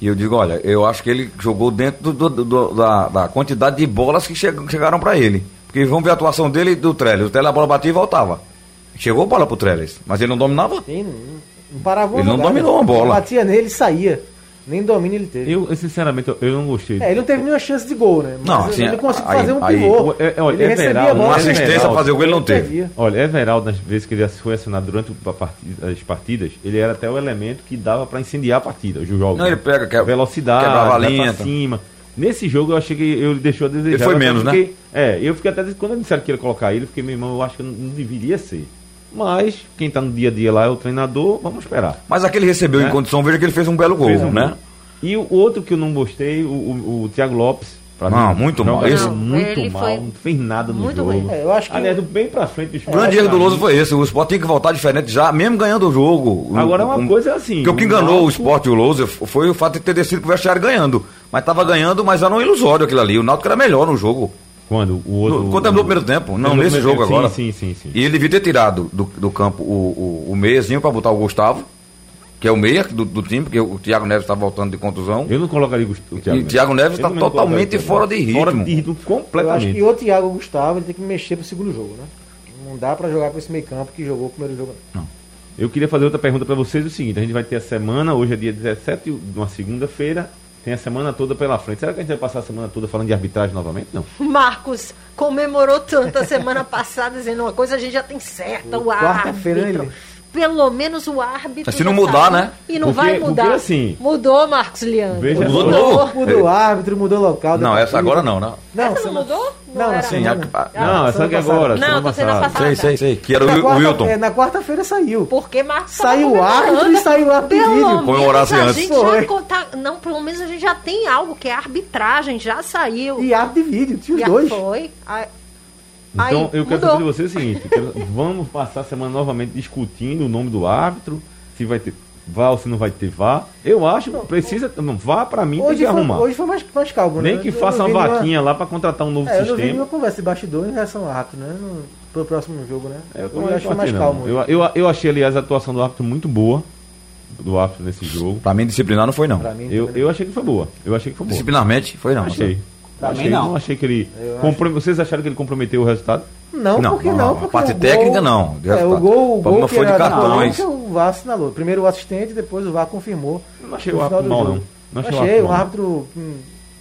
E eu digo, olha, eu acho que ele jogou dentro do- do- do- da, da quantidade de bolas que che- chegaram pra ele. Porque vamos ver a atuação dele e do Trellis. O Trellis a bola batia e voltava. Chegou a bola pro Trellis, mas ele não dominava.
Sim, não- não parava uma
Ele não
jogada.
dominou a bola.
Batia nele e saía. Nem domínio ele teve.
Eu, sinceramente, eu, eu não gostei.
É, ele não teve nenhuma chance de gol, né? Mas
Não, assim,
ele conseguiu
aí-
fazer um
aí-
pivô.
É, é, olha,
ele
é
recebia
verdade,
a bola.
Uma
Everaldo.
assistência pra fazer o gol ele não teve.
Servia.
Olha, Everaldo, nas vezes que ele foi acionado durante o- a partida- as partidas, ele era até o elemento que dava pra incendiar a partida, os jogos.
Não, ele pega, que- é
velocidade,
quebrava a
vai
linha,
pra
tá.
cima. Nesse jogo eu achei que ele deixou a desejar.
Ele foi
Eu até
menos, né?
fiquei- É, eu fiquei até. Quando disseram que ia colocar ele, eu fiquei, meu irmão, eu acho que não, não deveria ser. Mas quem tá no dia a dia lá é o treinador, vamos esperar.
Mas aquele recebeu em condição, veja que ele É. fez um belo gol,
Fez um
né?
gol. E o outro que eu não gostei, o, o, o Thiago Lopes. pra
Não, muito mal.
jogador
Esse-
muito
ele
mal,
foi
não fez nada no
muito
jogo.
ruim.
É, eu acho que-
Aliás, do bem pra frente. dos
O grande
pra
erro do
mim,
Lousa foi esse. O Sport tem que voltar diferente já, mesmo ganhando o jogo.
Agora,
O-
uma
o-
coisa é assim,
Porque o que
o
enganou o
Náutico-
Sport e o Lousa foi o fato de ter descido pro vestiário ganhando. Mas tava ganhando, mas era um ilusório aquilo ali. O Náutico era melhor no jogo.
Quando? O outro.
No, quando terminou o primeiro tempo. Não,
Terminou o
nesse
primeiro
jogo
tempo.
agora.
Sim, sim, sim. sim.
E ele devia ter tirado do, do campo o, o, o meiazinho pra botar o Gustavo, que é o meia do, do time, porque o Thiago Neves tá voltando de contusão.
Eu não colocaria o Thiago
E Thiago Neves
Eu
tá
não colocaria o
totalmente
Thiago
fora
Neves.
de
Fora
ritmo.
de ritmo
Eu acho
completamente.
que o Thiago Gustavo ele tem que mexer pro segundo jogo, né? Não dá pra jogar com esse meio campo que jogou o primeiro jogo. não.
Eu queria fazer outra pergunta para vocês, o seguinte, a gente vai ter a semana, hoje é dia 17, uma segunda-feira, tem a semana toda pela frente. Será que a gente vai passar a semana toda falando de arbitragem novamente? Não.
Marcos comemorou tanto a semana passada dizendo uma coisa, a gente já tem certa, o
Quarta-feira
árbitro.
ele-
Pelo menos o árbitro.
Mas se não
já
mudar,
sabe,
né?
E não
Porque-
vai
porque
mudar.
assim-
Mudou, Marcos Leandro.
Veja
Mudou.
Mudou o árbitro, mudou o local.
Não, essa agora não, né?
Não,
Essa não
semana-
mudou? Não
Não,
era.
tá
na
Sim, a,
semana.
a,
não, essa que é
passada.
agora.
Não, tô sendo
passada.
passada.
sei, sei, sei. Que era o,
Na
tá
Wil- o
quarta-
Wilton.
é, na quarta-feira saiu.
Porque Marcos tava
Saiu o
comemorando.
árbitro e saiu o árbitro
Pelo
vídeo.
Põe o
menos
Horácio
a
antes.
gente
Foi.
já conta... Não, pelo menos a gente já tem algo que é arbitragem, já saiu.
E árbitro de vídeo, tinha os
Já
dois.
foi. Aí-
Então,
aí
eu quero
mudou.
saber de vocês o seguinte, quero- vamos passar a semana novamente discutindo o nome do árbitro, se vai ter vá ou se não vai ter vá. Eu acho que precisa, não, vá para mim tem
Hoje
que
foi,
arrumar.
hoje foi mais, mais calmo, né?
Nem que
Eu não
faça
vi
uma
nenhuma-
vaquinha lá para contratar um novo
É, eu não vi
sistema.
nenhuma conversa de bastidor em relação ao árbitro, né? No, pro próximo jogo, né?
É,
Hoje eu acho que foi mais
não.
calmo.
Eu, eu, eu achei, aliás, a atuação do árbitro muito boa. Do árbitro nesse jogo.
Pra mim, disciplinar não foi, não.
Pra mim,
Eu, eu achei que foi boa. Eu achei que foi boa.
Disciplinarmente foi, não.
Achei.
Pra mim,
achei
não.
não. achei que ele. comprom- Vocês acharam que ele comprometeu o resultado?
Não,
Não,
porque
não,
não.
não, a
porque
parte
o
técnica, não, de
É, o
resultado.
gol, o
O problema
gol que
foi de
era da
cartões.
polêmica, o VAR assinalou. Primeiro o assistente, depois o VAR confirmou.
Não achei
no
o
final
árbitro
do
mal,
jogo.
não. Não achei
achei,
o árbitro
o
mal.
árbitro. hum,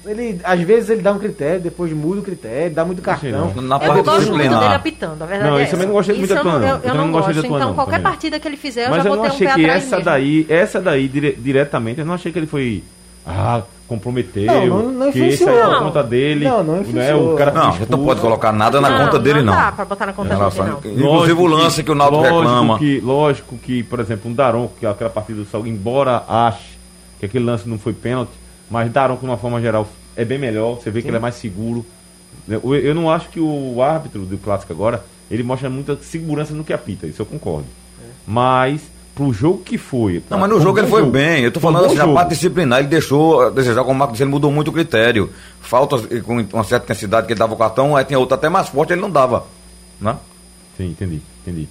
ele, às vezes ele dá um critério, depois muda o critério, dá muito
achei,
cartão.
Eu
Na
não
parte Ah.
gosto muito dele
disciplinar.
apitando, a verdade
Não,
é
isso eu também
essa.
não gostei muito
Isso eu
de atuar,
eu-
não.
Eu,
Eu
não
também não
gosto,
gostei de atuar,
então
não,
qualquer
também.
partida que ele fizer, eu
Mas
já
eu não
botei um
achei
pé
que
atrás
essa
mesmo.
daí, essa daí, dire- diretamente, eu não achei que ele foi. Ah, comprometeu.
Não, não- não
que isso aí
influenciou.
na conta dele.
Não, não
Né,
influenciou.
o cara
Não,
se
então
você não
expulsa.
pode colocar nada tá na conta dele, não.
Ah, Não dá pra botar na
Em
conta dele,
relação-
não.
Inclusive o lance que o Náutico
lógico
reclama.
Que, lógico que, por exemplo, um Daronco, que é aquela partida do Salgueiro, embora ache que aquele lance não foi pênalti, mas Daronco, de uma forma geral, é bem melhor. Você vê que ele é mais seguro. Eu, eu não acho que o árbitro do clássico agora, ele mostra muita segurança no que apita, isso eu concordo. Mas, pro jogo que foi.
É. Não, mas no jogo ele foi bem. Eu tô falando assim, a parte disciplinar, ele deixou eh, a desejar, como o Marco disse, ele mudou muito o critério. Faltas eh, com uma certa intensidade que ele dava o cartão, aí tinha outra até mais forte, ele não dava. Né?
Sim, entendi, entendi.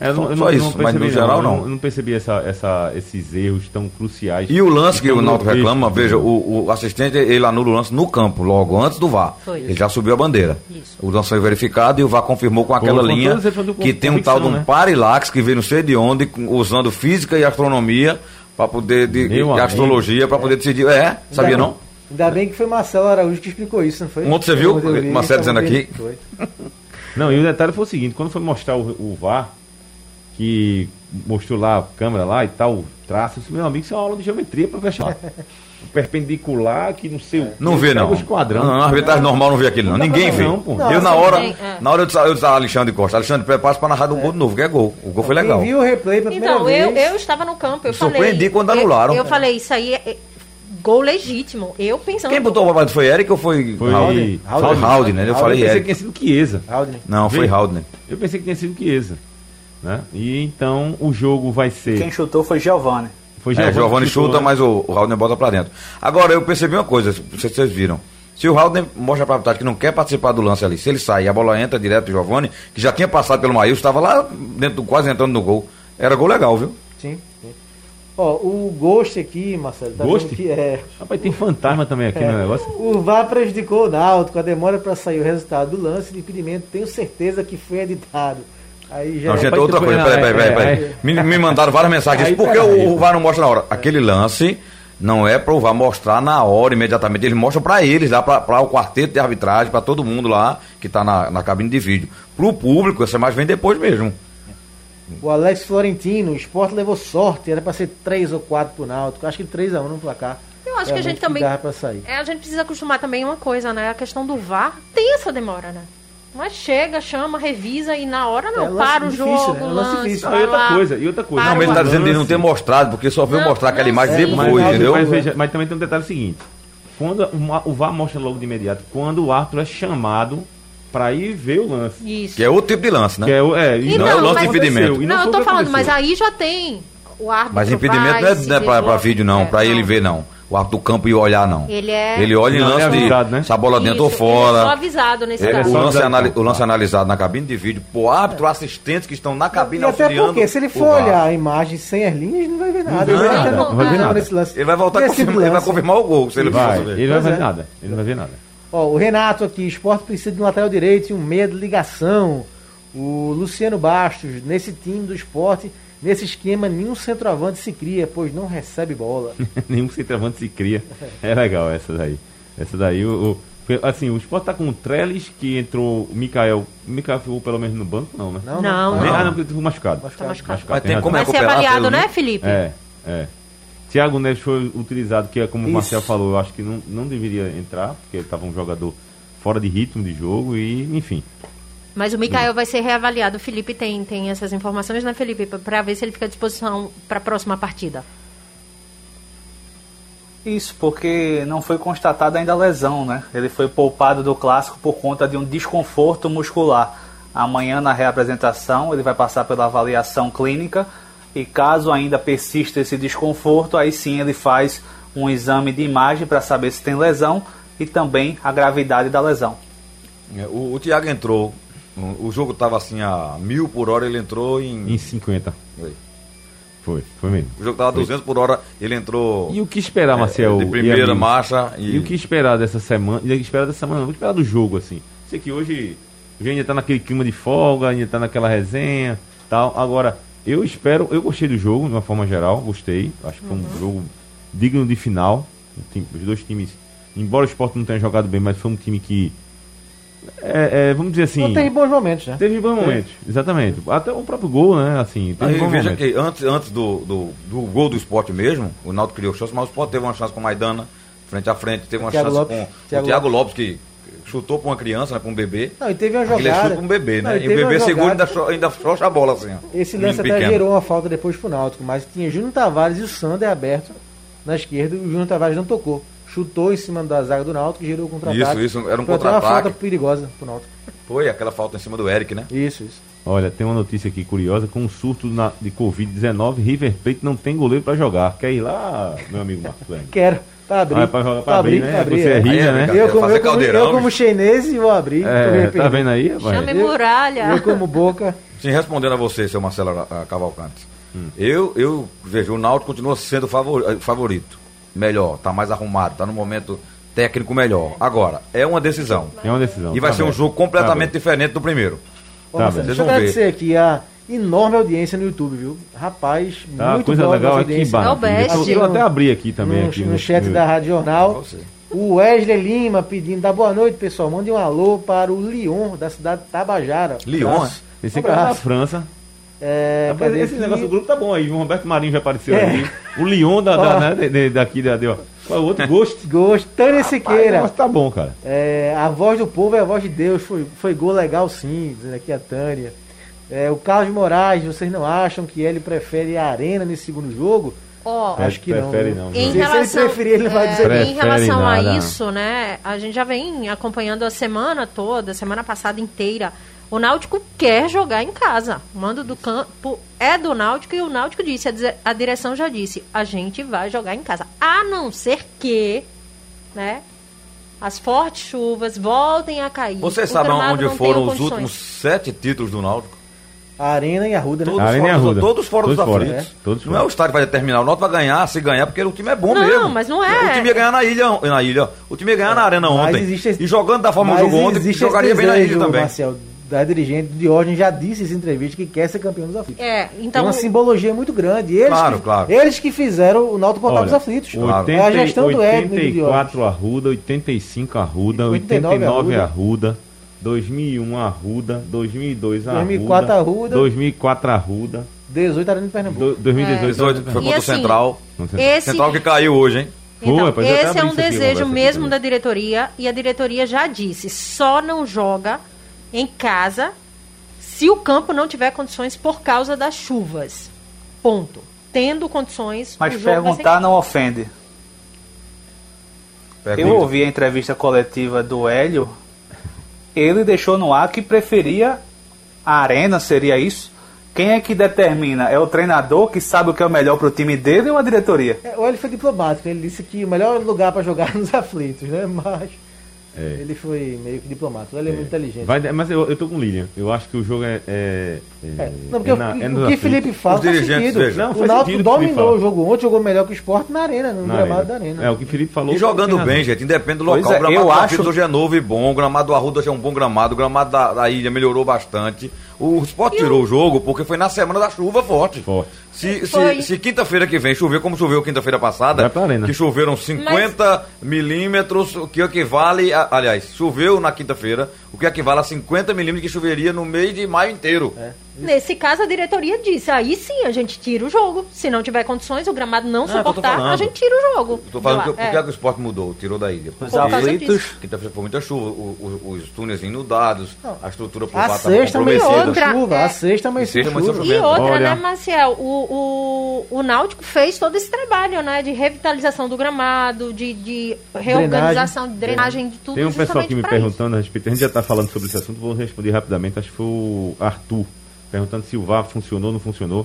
É, eu não-
Só-
eu
só
não-
isso,
não
mas
percebi,
no geral,
Eu
não.
Eu não percebi essa, essa- esses erros tão cruciais.
E o lance que
Então,
o
no
Náutico
texto,
reclama, veja, o, o assistente ele anula o lance no campo, logo antes do VAR.
Foi.
Ele já subiu a bandeira.
Isso.
O lance foi verificado e o VAR confirmou com aquela
com
linha
todas as defesas com
que tem um
convicção,
tal de um
né?
parilax que veio não sei de onde, com- usando física e astronomia para poder
Meu
de, e
amigo.
astrologia para poder decidir. É, sabia
Ainda-
não?
Ainda bem que foi Marcelo Araújo que explicou isso, não foi?
Um outro você viu?
Eu vi,
Marcelo
tava
dizendo
vendo.
aqui.
Foi.
Não, e o detalhe foi o seguinte, quando foi mostrar o, o VAR, que mostrou lá a câmera lá e tal, o traço, eu disse, meu amigo, isso é uma aula de geometria, professor. Perpendicular, que não sei o
Não vê, não.
Os quadrão.
Não, não, a arbitragem normal não vê aquilo, não.
Não dá
Ninguém
pra
vê.
não, pô.
eu,
Não,
na
assim,
hora,
ninguém- é.
na hora eu disse, eu disse a Alexandre Costa, Alexandre, prepara-se para narrar um gol de novo, que é gol. O gol foi legal.
Quem viu o replay pela primeira
Então, eu,
vez,
eu estava no campo, eu
Me
falei.
surpreendi quando
eu-
anularam.
Eu, falei, isso aí é, é gol legítimo. Eu pensando.
Quem botou o babado foi Eric ou foi
Foi
Raul? Foi
Raul.
Raul, né? Eu
Ah, Eu
falei
pensei
Eric.
que tinha sido Chiesa.
Aldrin.
Não, foi né?
Vem.
Haldner.
Eu pensei que tinha sido Chiesa. Né? E então o jogo vai ser.
Quem chutou foi Giovanni.
Foi
É, Giovanni
que
chuta,
chutou, né?
mas o, o Haldner bota pra dentro. Agora, eu percebi uma coisa, não sei se vocês viram. Se o Haldner mostra pra arbitragem que não quer participar do lance ali, se ele sair, a bola entra direto pro Giovanni, que já tinha passado pelo Maílson, estava lá dentro, do- quase entrando no gol. Era gol legal, viu?
Sim. sim. Ó, o Ghost aqui, Marcelo, tá
Ghost?
vendo que é.
Rapaz, tem fantasma também aqui
É.
no é negócio.
O VAR prejudicou o Náutico, a demora para sair o resultado do lance de impedimento, tenho certeza que foi editado. Aí já
Não, gente,
rapaz,
outra
tu-
coisa,
não,
peraí,
é,
peraí, peraí.
é,
peraí. Me, me mandaram várias mensagens.
Aí,
Por que
peraí,
o, o VAR não mostra na hora? Aquele lance não é pro VAR mostrar na hora, imediatamente. Eles mostram pra eles, lá pra, pra o quarteto de arbitragem, pra todo mundo lá que tá na, na cabine de vídeo. Pro público, essa imagem vem depois mesmo.
O Alex Florentino, o esporte levou sorte, era para ser 3 ou 4 pro Náutico, acho que 3 a 1 no placar.
Eu acho que a gente também-
dava pra sair.
É, a gente precisa acostumar também uma coisa, né? A questão do VAR tem essa demora, né? Mas chega, chama, revisa e na hora não.
É, lance
para o
difícil,
jogo,
né? É um lance
lance,
difícil.
Não,
vai
e outra
lá.
coisa, e outra coisa.
Para
Não, mas ele tá
Lance.
dizendo de não ter mostrado, porque só veio
Não,
mostrar aquela
não,
imagem
sim.
depois,
Mas, mas,
entendeu?
mas veja, mas também tem um detalhe seguinte: quando o ma- o VAR mostra logo de imediato, quando o árbitro é chamado pra ir ver o lance.
Isso.
Que é outro tipo de lance, né?
Que é, o- é,
E
não, é o lance de
mas-
impedimento.
E
Não,
foi
eu
o
tô
que
falando, mas
aconteceu.
aí já tem o árbitro.
Mas impedimento
vai,
não é,
se
não é pra,
virou.
pra vídeo, não.
É,
pra ele ver, não. O árbitro do campo ir olhar, não.
Ele é-
Ele olha em
Não,
lance
ele é avisado,
de.
né?
Se a bola dentro ou
Isso, ele é só
fora.
avisado nesse
É,
caso.
o,
só
lance
avisado.
anali- o lance analisado na cabine de vídeo, por árbitro, assistentes que estão na cabine
E até
auxiliando.
porque, se ele
o
for
VAR.
olhar a imagem sem as linhas, não vai ver nada.
vai
Ele
ver
entrar
nada,
no
não vai ver
campo
nada.
nesse lance.
Ele vai voltar a
Nesse
confirmar, ele vai
lance.
confirmar o gol, se ele
Vai,
for
ele não
Pois
vai ver
é.
nada. Ele não vai ver nada.
Ó, o Renato aqui, esporte precisa de um lateral direito e um meia de ligação. O Luciano Bastos, nesse time do esporte, nesse esquema, nenhum centroavante se cria, pois não recebe bola.
Nenhum centroavante se cria. É legal essa daí. Essa daí, o, o- porque, assim, o Sport tá com o Trellis, que entrou o Mikael. O Mikael ficou pelo menos no banco, não, né?
Não,
Não,
é
Nem-
não.
Ah, não, porque ele ficou machucado.
Tá machucado.
Mas tem
razão.
como
Vai ser
recuperar
avaliado,
pelo
né,
link?
Felipe?
É, é. Thiago Neves foi utilizado, que é como o
Isso.
Marcel falou, eu acho que não, não deveria entrar, porque estava um jogador fora de ritmo de jogo e, enfim.
Mas o Mikael vai ser reavaliado. O Felipe tem, tem essas informações, né, Felipe? Pra- Pra ver se ele fica à disposição pra próxima partida.
Isso, porque não foi constatada ainda a lesão, né? Ele foi poupado do clássico por conta de um desconforto muscular. Amanhã, na reapresentação, ele vai passar pela avaliação clínica e, caso ainda persista esse desconforto, aí sim ele faz um exame de imagem para saber se tem lesão e também a gravidade da lesão.
É, O, o Thiago entrou. O o jogo tava assim a mil por hora, ele entrou
Em
em.
50.
Oi.
Foi, foi mesmo. É,
O jogo tava 200 por hora, ele entrou.
E o que esperar, Tá, Marcel?
É, de
e
primeira
amigos?
marcha.
E... o que esperar dessa semana? E o que esperar dessa semana? não, O que esperar do jogo, assim? Sei que hoje a gente tá naquele clima de folga, ainda tá naquela resenha tal. Agora, eu espero, eu gostei do jogo, de uma forma geral, gostei. Acho que foi um jogo digno de final. O time- Os dois times, embora o Sport não tenha jogado bem, mas foi um time que. é, é, vamos dizer assim.
Não teve bons momentos, né?
Teve bons momentos, exatamente. Até o próprio gol, né? Assim, teve
Aí,
bons
veja
momentos.
que antes, antes do, do, do gol do esporte mesmo, o Náutico criou chance, mas o esporte teve uma chance com o Maidana, frente a frente, teve uma
Thiago
chance
Lopes.
com
Thiago
o Thiago Lopes, que chutou pra uma criança, né, pra um bebê.
Não, e teve uma
Aquele é
jogada.
chute pra um bebê,
Não,
né? E o
teve uma
bebê segura e ainda,
jogada-
cho- ainda frouxa a bola assim. ó.
Esse
Menino
lance até
pequeno.
gerou uma falta depois pro Náutico, mas tinha Júnior Tavares e o Sander aberto na esquerda, e o Júnior Tavares não tocou. Chutou em cima da zaga do Náutico e gerou o contra-ataque.
Isso, isso, era um
Foi até uma
contra-ataque.
falta perigosa pro Náutico.
Foi aquela falta em cima do Eric, né?
Isso, isso.
Olha, tem uma notícia aqui curiosa: com um surto na- de Covid-19, River Plate não tem goleiro pra jogar. Quer ir lá, meu amigo Marcos Leme?
Quero. Tá Pra abrir.
Ah, pra jogar- pra abrir,
tá
né? Você é rica,
Aí é
né?
brincadeira,
Eu, como,
fazer
eu, como,
caldeirão.
eu como
bicho.
chinês vou abrir.
É, tá É, vendo aí?
Chame
rapaz?
Eu-
muralha.
Eu como boca.
Sim, respondendo a você, seu Marcelo ah, Cavalcante. Eu, eu vejo, o Náutico continua sendo favor- eh, favorito. Melhor, tá mais arrumado, tá no momento técnico melhor. Agora, é uma decisão.
É uma decisão.
E vai
Tá
ser um
bem.
jogo
Tá
completamente
bem.
diferente do primeiro.
Ô,
Tá,
Marcelo,
vocês
deixa eu
vão ver.
agradecer aqui a enorme audiência no YouTube, viu? Rapaz,
Tá,
muito
coisa
boa a
legal
nossa
aqui,
audiência.
É o best.
né? Eu, eu até abri aqui também.
no,
aqui,
no chat da Rádio Jornal. O Wesley Lima pedindo da boa noite, pessoal. Mande um alô para o Lyon, da cidade de Tabajara.
Lyon,
Esse
Um
cara é da
abraço.
França.
É,
Rapaz,
cadê
esse
aqui?
negócio do grupo tá bom aí. O Roberto Marinho já apareceu
É. Ah.
ali. O Lyon da, da,
Ó.
né, de- de- daqui da. de- ó. Qual é o outro? Gosto.
Gosto. Tânia
Rapaz, o
Siqueira.
negócio tá bom, cara.
É, a voz do povo é a voz de Deus. Foi, foi gol legal, sim. Dizendo aqui a Tânia. É, o Carlos Moraes, vocês não acham que ele prefere a arena nesse segundo jogo?
é?
Ó,
Acho que não,
prefere
né?
não.
Em
Se ele
relação,
preferir, ele vai
é,
dizer
não.
em relação
Prefere nada.
a isso, né? A gente já vem acompanhando a semana toda, semana passada inteira. O Náutico quer jogar em casa. O mando do campo é do Náutico e o Náutico disse, a dize- a direção já disse, a gente vai jogar em casa. A não ser que, né? As fortes chuvas voltem a cair.
Vocês
o
sabem
gramado
onde
não
foram
tenha
os
condições.
últimos sete títulos do Náutico?
A arena e a Ruda, né?
Todos,
Ah, ele nem
fora,
arruda.
dos- todos fora
Todos
dos
fora,
aflitos.
é. Todos
não
fora.
é o estádio que vai determinar. O Náutico vai ganhar, se ganhar, porque o time é bom
Não,
mesmo.
mas não é.
O time ia ganhar na ilha, na ilha. O time ia ganhar na arena
É, Mas
ontem.
existe esse-
E jogando da forma
Mas
que jogou ontem,
existe esse
jogaria bem na ilha
desejo,
também.
Marcel, da dirigente de ordem já disse em entrevista que quer ser campeão dos aflitos.
É,
Tem
então
uma simbologia muito grande. Eles
Claro,
que,
claro.
Eles que fizeram o Náutico botar
Olha,
dos aflitos.
Claro.
É a gestão do Edno de Diógenes.
84 Arruda, 85 Arruda,
89
89
Arruda.
Arruda, 2001 Arruda, 2002 Arruda,
2004 Arruda.
2004 Arruda,
18 Arena de Pernambuco.
do-
É,
2018
Foi
E
contra o
assim,
Central.
É
esse
Central que caiu hoje, hein?
Então,
Foi, pois eu até
esse é
abri
um
isso aqui,
desejo
Roberto,
mesmo
aqui.
da diretoria e a diretoria já disse, só não joga em casa se o campo não tiver condições por causa das chuvas. Ponto. Tendo condições,
Mas
o jogo vai ser-
perguntar não ofende.
Pergunta.
Eu ouvi a entrevista coletiva do Hélio. Ele deixou no ar que preferia a arena, seria isso? Quem é que determina? É o treinador que sabe o que é o melhor pro time dele ou a diretoria?
É, ou ele foi diplomático, ele disse que o melhor lugar para jogar é nos aflitos, né? Mas
É.
ele foi meio que diplomático, ele é, muito inteligente.
Vai, mas eu, eu tô com o Lilian. Eu acho que o jogo é. é,
É,
é-
Não, porque
é
o-
na- é
o,
nos
que
aflitos.
Felipe fala
Os
faz
dirigentes,
sentido.
veja.
Não,
o
faz
Náutico
sentido o que Felipe
dominou
fala.
o jogo ontem, jogou melhor que o esporte na arena, no
na
gramado né?
arena.
da arena.
É o que o Felipe falou.
E jogando
foi-
bem, gente, independe do
Pois
local.
é,
o gramado
eu
do
acho-
Aflitos hoje é novo e bom. O gramado do Arruda hoje é um bom gramado. O gramado da, da ilha melhorou bastante. O Sport tirou o jogo porque foi na semana da chuva forte.
Forte.
Se,
É, Foi.
se, se quinta-feira que vem chover, como choveu quinta-feira passada,
Vai pra arena.
que choveram 50 milímetros, o que equivale. A, aliás, choveu na quinta-feira, o que equivale a 50 milímetros que choveria no mês de maio inteiro.
É.
Nesse caso, a diretoria disse, aí sim a gente tira o jogo. Se não tiver condições, o gramado não,
Não, é o que eu tô
suportar, a
falando.
gente tira o jogo.
Tô falando que,
Eu-
por que,
é.
que o esporte mudou, tirou da ilha.
Os
causa
aflitos.
disso.
Quinta-feira foi muita chuva, o- o- os túneis inundados, a estrutura por
A
lá estava
sexta também
comprometida.
outra chuva,
É.
a sexta também
E sexta, mas
chuva.
sofreu-
E outra,
Olha.
né, Marcel? O, o, o Náutico fez todo esse trabalho, né? De revitalização do gramado, de, de reorganização, de drenagem, de tudo.
Tem um pessoal
justamente
aqui me
pra isso.
perguntando a respeito. A gente já está falando sobre esse assunto, vou responder rapidamente. Acho que foi o Arthur perguntando se o VAR funcionou ou não funcionou.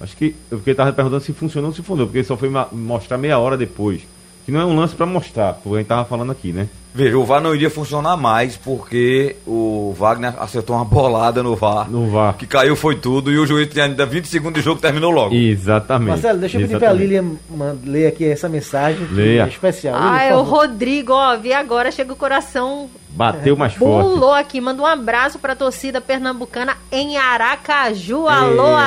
Acho que porque ele estava perguntando se funcionou ou se funcionou, porque ele só foi ma- mostrar meia hora depois. Que não é um lance para mostrar, porque a gente tava falando aqui, né?
Veja, o VAR não iria funcionar mais porque o Wagner acertou uma bolada no VAR.
No VAR.
Que caiu foi tudo e o juiz tinha ainda 20 segundos de jogo terminou logo.
Exatamente.
Marcelo, deixa eu pedir pra
Exatamente.
Lilian man- ler aqui essa mensagem que
Leia.
é especial.
Ah,
Lilian,
é o
por favor.
Rodrigo, ó, vi agora, chega o coração
Bateu mais forte.
pulou aqui, manda um abraço pra torcida pernambucana em Aracaju. Alô,
Ei.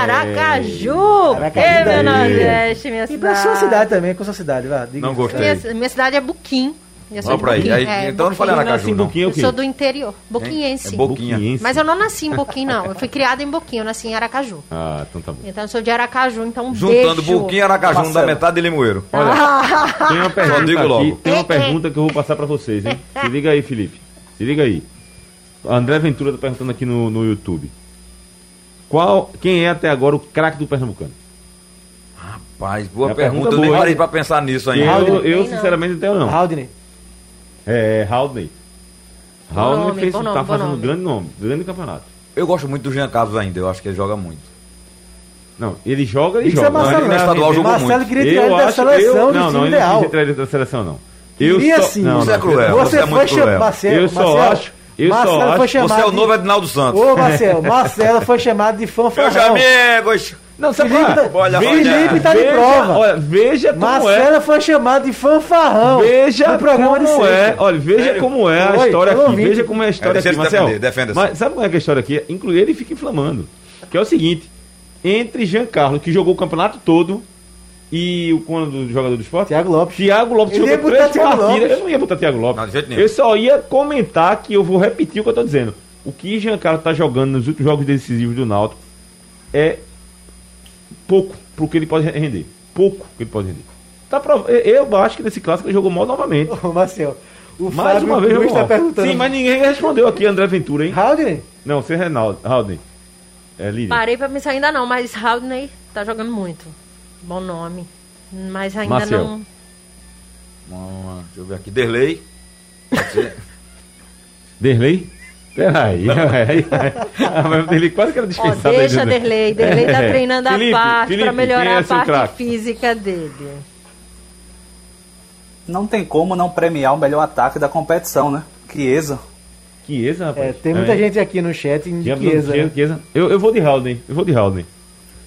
Aracaju!
Aracaju
Ei,
daí.
meu Nordeste, minha
E
cidade.
pra sua cidade também, com sua cidade, vai. diga
Não
isso.
gostei.
Minha, minha cidade é Buquim. Eu sou
Olha
de
pra aí.
Buquim,
aí
é,
então não
Buquim.
falei Aracaju,
Assim,
não.
Boquinha, o
Eu
quê?
sou do interior,
É
boquinhense.
Boquinha. Boquinhense.
Mas eu não nasci em Boquim, não. Eu fui criada em Boquim, eu nasci em Aracaju.
Ah, então tá bom.
Então eu sou de Aracaju, então um beijo.
Juntando
Tá.
Burquinha e Aracaju, um da
Marcelo.
metade de Limoeiro.
Tem uma
Só digo
pergunta aqui,
logo.
tem uma pergunta que eu vou passar pra vocês, hein? Se liga aí, Felipe. Se liga aí. André Ventura tá perguntando aqui no, no YouTube. Qual, quem é até agora o craque do Pernambucano?
Rapaz, boa
É uma
pergunta,
pergunta
eu nem
boa,
parei
hein?
pra pensar nisso ainda.
Eu,
Haldney.
eu
Tem não.
sinceramente, até eu não.
Haldney.
É, Haldney.
Bom
Haldney
nome,
fez,
bom nome,
tá
bom
fazendo um
nome.
grande nome, grande campeonato.
Eu gosto muito do Jean Carlos ainda, eu acho que ele joga muito.
Não, ele joga, ele tá
Isso é
joga.
Marcelo,
Ele no
né?
estadual jogou
Marcelo
muito.
queria tirar ele é
eu
da
acho, eu,
seleção,
não,
do
não,
time
ele não
ideal. assim,
queria tirar ele da seleção, não. Eu
Queria
só,
sim.
não,
Isso
não,
é cruel.
eu-
Você é
Você
muito
foi chamar
cruel.
Marcelo.
eu só
Marcelo,
acho, Eu só
Marcelo
acho.
foi
Você
chamado.
é o
de-
novo Edinaldo Santos.
Ô, Marcelo, Marcelo foi chamado de fanfarrão.
Meus amigos!
Não, sabe
Felipe
qual é?
tá- Felipe tá de
veja,
prova.
Olha, veja como é.
Marcelo foi chamado de fanfarrão.
Veja
no programa de
como é.
sexta.
Olha, veja como é a
Oi,
história
eu
aqui.
ouvi.
Veja como é a história
deixa
aqui,
ele se
Marcelo.
defender, defenda-se.
Mas sabe como é que é a história aqui? Inclui ele e fica inflamando. Que é o seguinte: entre Jean Carlos, que jogou o campeonato todo, e o quando do jogador do esporte?
Thiago Lopes.
Thiago Lopes
Ele ia
jogou
botar
três
Thiago
partidas.
Lopes.
Eu não ia botar Thiago Lopes.
Não, de jeito nenhum.
eu só ia comentar que eu vou repetir o que eu tô dizendo. O que Jean Carlos tá jogando nos últimos jogos decisivos do Náutico é pouco pro que ele pode render. Pouco que ele pode render. Tá prov... eu- Eu acho que nesse clássico ele jogou mal novamente.
Ô, Marcelo, o
Mais
Fábio
uma vez
Cruz
jogou
tá
mal.
perguntando.
Sim, mas ninguém respondeu aqui, André Ventura, hein?
Haldane,
Não, você é Reinaldo. Raulden. É líder.
Parei pra pensar ainda não, mas Haldney tá jogando muito. Bom nome. Mas ainda
Marcel.
não.
Vamos lá, Deixa eu ver aqui. Derlei. Pode ser.
Derlei? Peraí, peraí. Ah, mas Ele quase que era
Ó,
dispensado. aí,
deixa
Dudu.
Derlei. Derlei tá
É.
treinando
Felipe,
a parte
Felipe,
pra
quem é
melhorar a
seu
parte
craque?
física dele.
Não tem como não premiar o melhor ataque da competição, né? Chiesa.
Que exa, rapaz.
é, tem muita
É.
gente aqui no chat em né?
Tinha
Chiesa.
tinha- Chiesa. Eu, eu vou de Haldane. Eu vou de Haldane.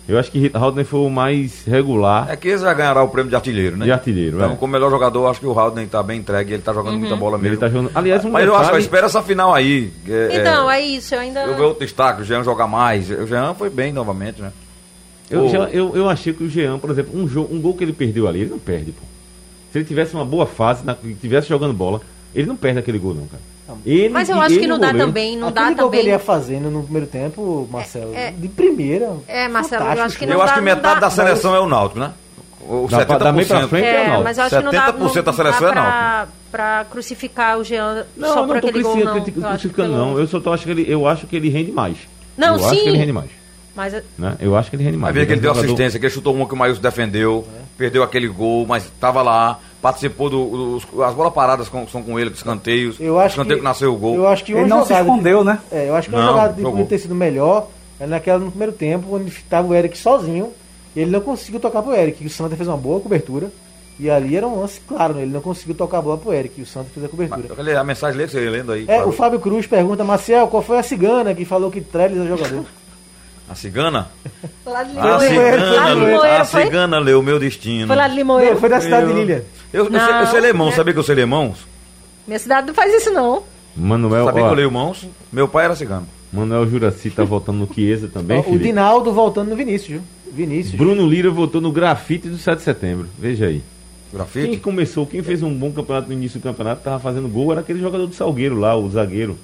Eu acho que Haldane foi o mais regular
É que esse já ganhará o prêmio de artilheiro, né?
de artilheiro.
Então,
Então,
como melhor jogador, acho que o Haldner tá bem entregue, ele tá jogando
Uhum.
muita bola mesmo.
Ele tá jogando. Aliás, um
Mas eu acho que
detalhe-
espera essa final aí. que é-
Então,
é,
é isso. Eu ainda.
Eu vejo outro destaque, o Jean jogar mais. O Jean foi bem novamente, né?
Eu,
Pô.
já- eu, eu achei que o Jean, por exemplo, um, jogo, um gol que ele perdeu ali, ele não perde, pô. Se ele tivesse uma boa fase, na, ele tivesse jogando bola, ele não perde aquele gol, não, cara.
Tá
Ele-
Mas eu
e
acho
ele
que
e o
não dá
goleiro-
também. Não
Aquele
dá
gol que ele
também.
ia fazendo no primeiro tempo, Marcelo,
é.
de primeira.
É, Marcelo, eu
fantástico.
acho que
eu
não
acho
dá-
que
não
metade
dá-
da seleção é o Náutico, né? O
Dá pra- dá meio pra frente. é,
É,
não.
mas eu acho que não dá, não,
70% da
não dá
seleção é
pra, pra crucificar o Jean
Não,
só
eu
por
não tô
aquele gol,
criticando,
não.
criticando,
Eu acho que pelo-
não. Eu só tô, acho que ele, eu acho que ele rende mais.
Não,
eu acho
sim.
que ele rende mais.
Mas é-
Né? Eu acho que ele rende mais.
Vai ver que ele deu
jogador-
assistência, que ele chutou uma que o Maílson defendeu, perdeu aquele gol, mas estava lá, participou do. dos- as bolas paradas com- são com ele, dos escanteios.
Eu acho
escanteio que, nasceu o gol.
Eu acho que
Ele
uma
não se
jogada que-
escondeu, né?
É, eu acho que uma
Não,
jogada que
jogou.
podia ter sido melhor é naquela no primeiro tempo, quando estava o Eric sozinho, e ele não conseguiu tocar pro Eric. e O Santa fez uma boa cobertura. E ali era um lance claro, né? ele não conseguiu tocar a bola pro Eric, e o Santa fez a cobertura.
Mas, olha, a mensagem dele, você lendo aí.
É,
pra-
o Fábio Cruz pergunta, Marcel, qual foi a cigana que falou que Trellis é jogador?
A cigana?
Lá de
A
Limoeiro,
lá de
cigana,
Limoeiro,
a
foi?
cigana leu meu destino.
Foi lá de Limoeiro.
Não, foi da cidade de Lilian.
Eu, eu
Não,
sei, eu sei ler mãos,
né?
sabia que eu sei ler mãos?
Minha cidade não faz isso, não.
Manuel,
sabia
é, ó,
que eu leio mãos? Meu pai era cigano.
Manuel Juraci tá voltando no Chiesa também,
Ó, o
Felipe.
Dinaldo voltando no Vinícius. viu? Vinícius.
Bruno Lira votou no grafite do 7 de setembro. Veja aí. Quem
Grafite?
começou, quem fez um bom campeonato no início do campeonato, tava fazendo gol, era aquele jogador do Salgueiro lá, o zagueiro.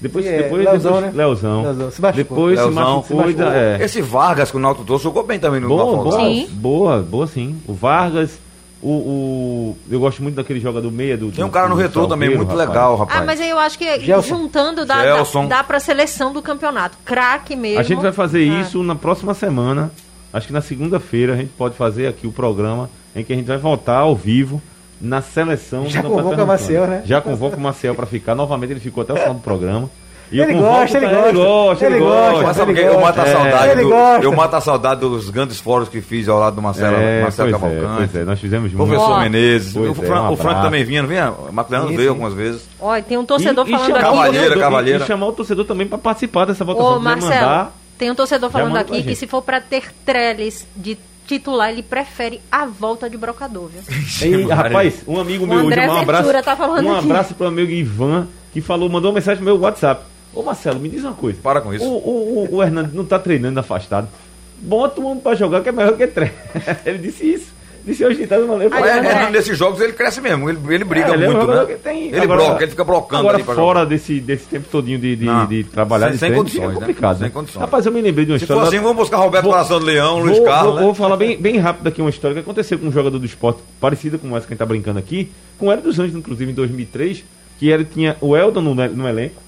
Depois,
É,
depois,
Leozão,
depois
né?
Leozão.
Leozão, se machucou.
Depois
Leozão,
se machucou.
se machucou.
é.
Esse Vargas que o Náutico trouxe jogou bem também no
Boa, boa,
Botafogo.
Sim.
boa, boa sim. O Vargas, o, o- Eu gosto muito daquele jogador meia do.
Tem um
do-
cara no
do
retrô também,
Salgueiro,
muito
rapaz.
legal, rapaz.
Ah, mas aí eu acho que
Gelson.
juntando dá, dá,
Gelson.
dá pra seleção do campeonato. Craque mesmo.
A gente vai fazer
Ah.
isso na próxima semana. Acho que na segunda-feira a gente pode fazer aqui o programa em que a gente vai voltar ao vivo na seleção.
Já
do Campeonato
convoca o
Pernambucano.
Maciel, né?
Já convoca o Marcel para ficar. Novamente ele ficou até o final do programa. E eu
Ele
convoco
gosta, ele
pra-
gosta,
ele gosta, ele
ele
Mas
gosta.
sabe o que?
Ele
Eu mato, a
gosta.
saudade
É, ele
do-
gosta.
eu mato a saudade dos grandes fóruns que fiz ao lado do Marcelo,
É,
Marcelo
pois é,
Cavalcante.
pois é, nós fizemos muito.
Professor
Ó.
Menezes.
Pois
o,
é,
Fran-
um
o Franco
abraço.
também vinha, não vinha? O
Sim,
Marcelo veio
sim.
algumas vezes.
Olha, tem um torcedor
E- e
falando
chamar
aqui.
o
Cavaleiro,
torcedor-
Cavaleira.
E chamar o torcedor também para participar dessa votação.
Ô,
Se quiser
Marcelo,
mandar-
tem um torcedor falando
manda pra
aqui que
gente.
se for pra ter Trellis de titular, ele prefere a volta de Brocador, viu?
Ei,
Maria.
rapaz, um amigo
O
meu,
André
Gilmar, um abraço.
Ventura tá falando
um
aqui.
abraço para o amigo Ivan, que falou, mandou uma mensagem pro meu WhatsApp. Ô Marcelo, me diz uma coisa.
Para com isso.
O, o, o, o Hernando não tá treinando afastado. Bota o homem pra jogar que é melhor que treino. Ele disse isso. Disse hoje tá no
Aí,
Mas é,
André.
é, nesses jogos ele cresce mesmo, ele, ele
É,
briga muito, né? Ele bloca, ele fica blocando
agora
ali pra
fora
jogar.
desse, desse tempo todinho de, de,
Não,
de trabalhar
sem-
de
sem
treino,
condições,
é
né?
complicado, né?
Sem condições.
Rapaz, eu me lembrei de uma
Se for
história.
assim, vamos buscar Roberto
Vou-
Coração do Leão, Luiz
vou,
Carlos.
vou-
né?
vou falar bem, bem rápido aqui uma história que aconteceu com um jogador do esporte parecida com essa que a gente tá brincando aqui, com o Hélio dos Anjos, inclusive, em 2003, que ele tinha o Eldon no, no elenco,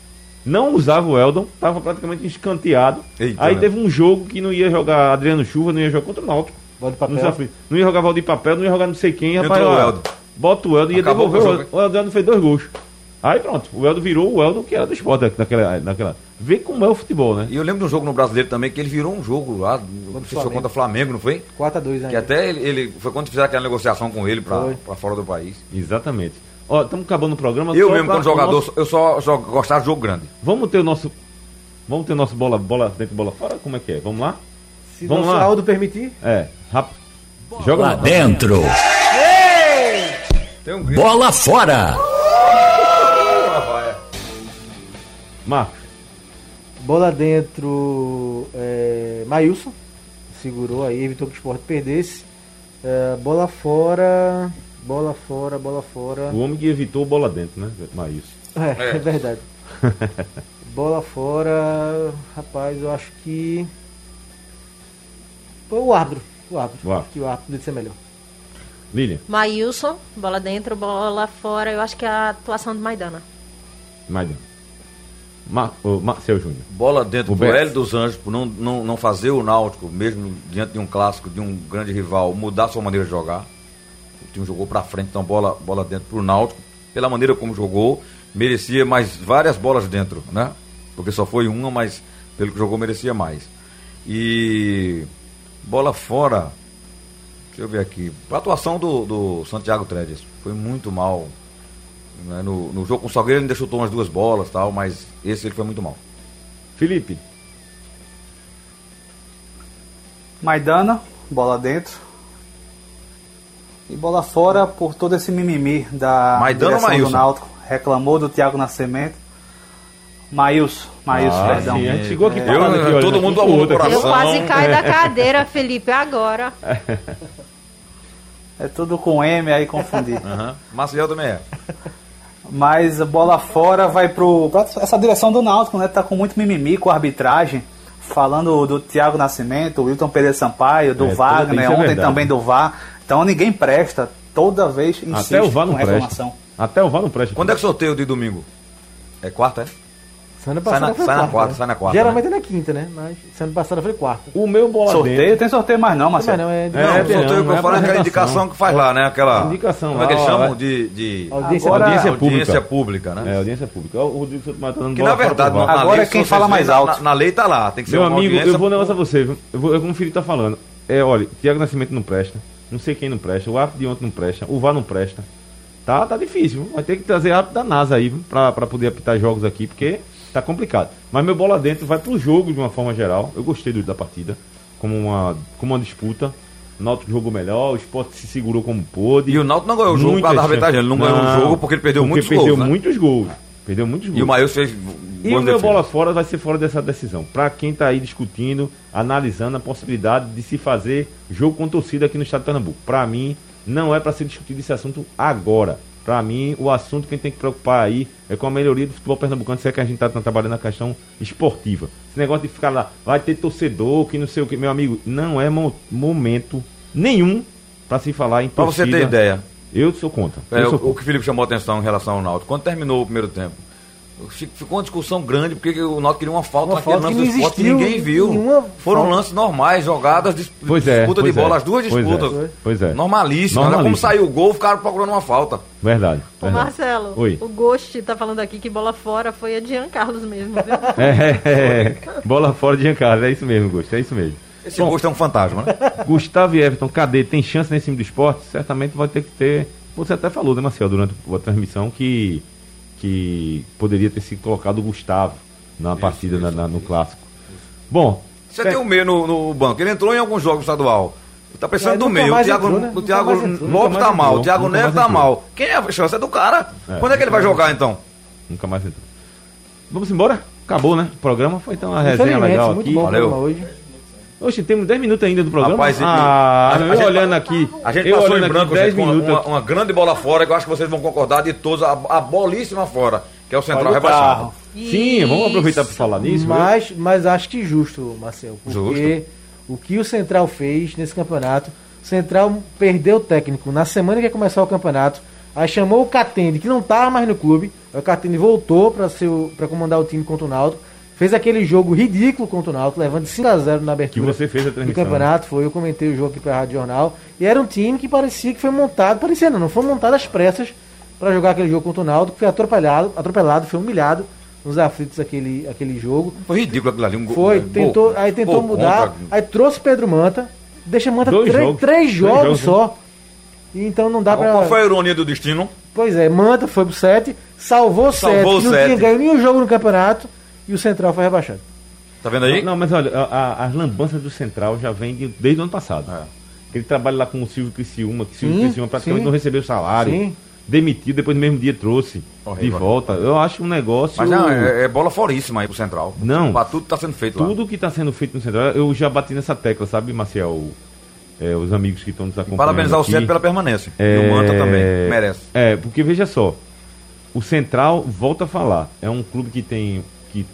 não usava o Eldon, estava praticamente escanteado.
Eita,
aí
né?
teve um jogo que não ia jogar Adriano Chuva, não ia jogar contra o Náutico.
Bola de
Nos
papel.
aflitos. Não ia jogar Valdir Papel, não ia jogar não sei quem, rapaz.
Entrou o
ó,
Eldon.
Bota o Eldon e ia
Acabou
devolver
com o
o Eldon. O Eldon fez dois gols. Aí pronto, o Eldon virou o Eldon que era do esporte né, naquela, naquela. Vê como é o futebol, né?
E eu lembro de um jogo no brasileiro também que ele virou um jogo lá, não sei se foi
Flamengo.
contra o Flamengo, não foi?
4x2 ainda.
É.
Que até ele, ele- foi quando fizeram aquela negociação com ele pra,
Foi.
pra fora do país.
Exatamente. Ó, estamos acabando o programa.
Eu
Então, só
mesmo,
pra-
como
o
jogador,
nosso-
eu só jogo, gostava de jogo grande.
Vamos ter o nosso. Vamos ter o nosso bola, bola dentro, bola fora? Como é que é? Vamos lá?
Se
Vamos
nosso
lá.
Aldo permitir.
É, rápido. Joga
Lá
lá.
dentro.
Tem um grito.
Bola fora.
Marcos,
Bola dentro, é, Maílson. Segurou aí, evitou que o esporte perdesse. É, bola fora. Bola fora, bola fora.
o homem que evitou bola dentro, né, Maílson?
É, é verdade. bola fora. Rapaz, eu acho que. Foi o árbitro. O árbitro.
O árbitro.
Acho que o árbitro deve ser melhor.
Lilian,
Maílson, bola dentro, bola fora. Eu acho que é a atuação do Maidana.
Maidan. Mar... um. ô, Marcel Júnior.
Bola dentro
O
pro
Beto.
Hélio dos Anjos, por não, não, não fazer o Náutico, mesmo diante de um clássico, de um grande rival, mudar sua maneira de jogar. O time jogou pra frente, então bola, bola dentro pro Náutico. Pela maneira como jogou, merecia mais várias bolas dentro, né? Porque só foi uma, mas pelo que jogou, merecia mais. E bola fora, deixa eu ver aqui. A atuação do, do Santiago Tredes foi muito mal. né? No, no jogo com o Salgueiro ele ainda chutou umas duas bolas tal, mas esse ele foi muito mal.
Felipe,
Maidana, bola dentro. E bola fora por todo esse mimimi da
Maidana ou
direção do
Maílson?
Náutico. Reclamou do Thiago Nascimento. Maílson, Maílson,
Ah,
perdão.
sim, a gente chegou aqui
Eu-
parado aqui,
todo
olha,
mundo
com
amou o
outro aqui.
Eu
Ação,
quase caí
É.
da cadeira, Felipe, agora.
É tudo com M aí confundi.
Aham. Maciel também é.
Mas a bola fora vai pro. pra essa direção do Náutico, né? Tá com muito mimimi com a arbitragem. Falando do Thiago Nascimento, o Wilton Pereira Sampaio, do
É, tudo
Wagner,
isso é
ontem
verdade.
também do VAR. Então ninguém presta. Toda vez insiste
Até o VAR
com
não presta.
reclamação.
Até o VAR não presta.
Quando é que sorteio de domingo? É quarta, é?
Semana
Sai
passada
na-
foi
sai na
quarta.
quarta,
né?
sai na quarta,
Geralmente é na quinta, né? Mas semana passada foi quarta.
O meu bola
Sorteio?
dentro.
Tem sorteio mais não,
Mas
Marcelo.
não, é de
É,
Não,
tem
sorteio
não,
que eu
é
falo é
pra
aquela
redação.
indicação que faz lá, né? Aquela.
Indicação
Como é que
lá,
eles
ó,
chamam?
vai.
De, de
Audiência
Agora-
audiência pública.
audiência pública, né?
É, audiência pública. Ó, O Rodrigo Sotomayor tá dando
Que
bola
na
fora
verdade,
pro VAR.
na- na
Agora
lei,
é quem
se
fala
vocês
mais
verem,
alto.
Na, na lei tá lá, tem que ser
Meu
uma
amigo,
audiência
eu vou um negócio a você, viu? Eu vou, eu, como o Felipe tá falando. É, olha, Thiago Nascimento não presta. Não sei quem não presta. O árbitro de ontem não presta. O VAR não presta. Tá, tá difícil. viu? Vai ter que trazer árbitro da NASA aí viu? pra, pra poder apitar jogos aqui, porque tá complicado. Mas meu bola dentro vai pro jogo de uma forma geral. Eu gostei do, da partida. Como uma, como uma disputa. O Náutico jogou melhor, o esporte se segurou como pôde.
E o Náutico não ganhou o jogo por causa da
Muitas
arbitragem. Ele não ganhou o jogo porque ele perdeu muitos
perdeu
gols, né?
muitos gols. Perdeu muitos gols.
E o Maílson fez.
E o meu bola fora vai ser fora dessa decisão. Para quem tá aí discutindo, analisando a possibilidade de se fazer jogo com torcida aqui no estado de Pernambuco. Para mim, não é para ser discutido esse assunto agora. Para mim, o assunto que a gente tem que preocupar aí é com a melhoria do futebol pernambucano, se é que a gente tá trabalhando na questão esportiva. Esse negócio de ficar lá, vai ter torcedor, que não sei o que, meu amigo, não é mo- momento nenhum para se falar em
Pra
torcida.
você ter ideia,
Eu sou contra.
É,
eu sou
o, o
contra.
que o Felipe chamou a atenção em relação ao Náutico. Quando terminou o primeiro tempo, fi- ficou uma discussão grande porque que o Náutico queria uma falta
Uma
naquele
falta que
lance
não
do esporte que
existiu,
ninguém viu.
nenhuma
Foram
falta.
lances normais, jogadas, dis-
Pois é,
disputa
pois
de bola,
é,
as duas
pois é,
disputas.
pois é.
Normalíssimas. Mas Como
Normalíssimas.
saiu o gol, ficaram procurando uma falta.
Verdade.
Ô,
verdade.
Marcelo,
Oi.
o Ghost tá falando aqui que bola fora foi a de Jean Carlos mesmo, viu?
É, bola fora de Giancarlo, é isso mesmo, Gusto, é isso mesmo.
Esse gosto é um fantasma, né?
Gustavo e Everton, cadê? Tem chance nesse time do esporte? Certamente vai ter que ter. Você até falou, né, Marcel, durante a transmissão que, que poderia ter se colocado o Gustavo na partida na- na- no clássico. Bom,
Você tem o meio no, no banco. Ele entrou em alguns jogos estadual. Tá
É,
pensando no
nunca
meio. O
mais
Thiago,
entrou, né?
o
Nunca
Thiago
mais entrou.
Lopes
Nunca
tá
mais
mal.
entrou,
O Thiago
nunca
Neves
mais
tá
entrou.
mal. Quem é a chance? É do cara.
É,
Quando é que ele vai jogar então?
nunca mais entrou. Vamos embora? Acabou, né? O programa foi então uma resenha
Infelizmente,
é, legal
muito
aqui.
bom o
Valeu.
programa hoje.
Oxe, temos 10 minutos ainda do programa.
Rapaz, e-
ah,
a- a
eu
gente-
olhando aqui.
A gente
eu
passou
olhando
em
aqui
branco,
10
gente, com uma-
minutos.
uma, uma grande bola fora, que eu acho que vocês vão concordar de todos, a, a bolíssima fora, que é o central
Olha o
rebaixado.
carro.
Sim, vamos aproveitar para falar nisso. viu?
Mas, mas acho que justo, Marcel. Porque o que o Central fez nesse campeonato, o Central perdeu o técnico. Na semana que ia começar o campeonato, aí chamou o Catende, que não estava mais no clube. Aí o Catende voltou para comandar o time contra o Náutico. Fez aquele jogo ridículo contra o Náutico, levando 5x0 na abertura
Que você fez a
do
transmissão, né?
campeonato. Foi, eu comentei o jogo aqui para a Rádio Jornal. E era um time que parecia que foi montado, parecia não, não foi montado às pressas para jogar aquele jogo contra o Náutico. Foi atropelado, atropelado foi humilhado nos aflitos aquele, aquele jogo.
Foi ridículo aquilo ali. Um gol-
Foi,
um gol-
tentou, aí tentou
gol
mudar,
contra.
aí trouxe Pedro Manta, deixa Manta
Dois
três,
jogos. né?
três
Dois
jogos
jogos,
só. E então não dá pra.
Qual foi a ironia do destino?
Pois é, Manta foi pro 7, salvou 7,
Salvou
não
o sete.
tinha ganho nenhum um jogo no campeonato e o Central foi rebaixado.
Tá vendo aí?
Não, mas olha, a- a- as lambanças do Central já vem de- desde o ano passado.
É.
Aquele trabalho lá com o Silvio Criciúma, que o Silvio
Sim,
Criciúma praticamente
sim.
não recebeu salário.
Sim.
Demitido, depois no mesmo dia trouxe de
Horrível.
volta. Eu acho um negócio.
Mas não, é, é bola foríssima aí pro Central.
Não.
Pra tudo que tá sendo feito lá.
Tudo que está sendo feito no Central, eu já bati nessa tecla, sabe, Marcel? É, os amigos que estão nos acompanhando.
Parabenizar o
aqui.
Centro pela permanência.
É,
E o Manta também. Merece.
É, porque veja só, o Central, volta a falar, é um clube que tem que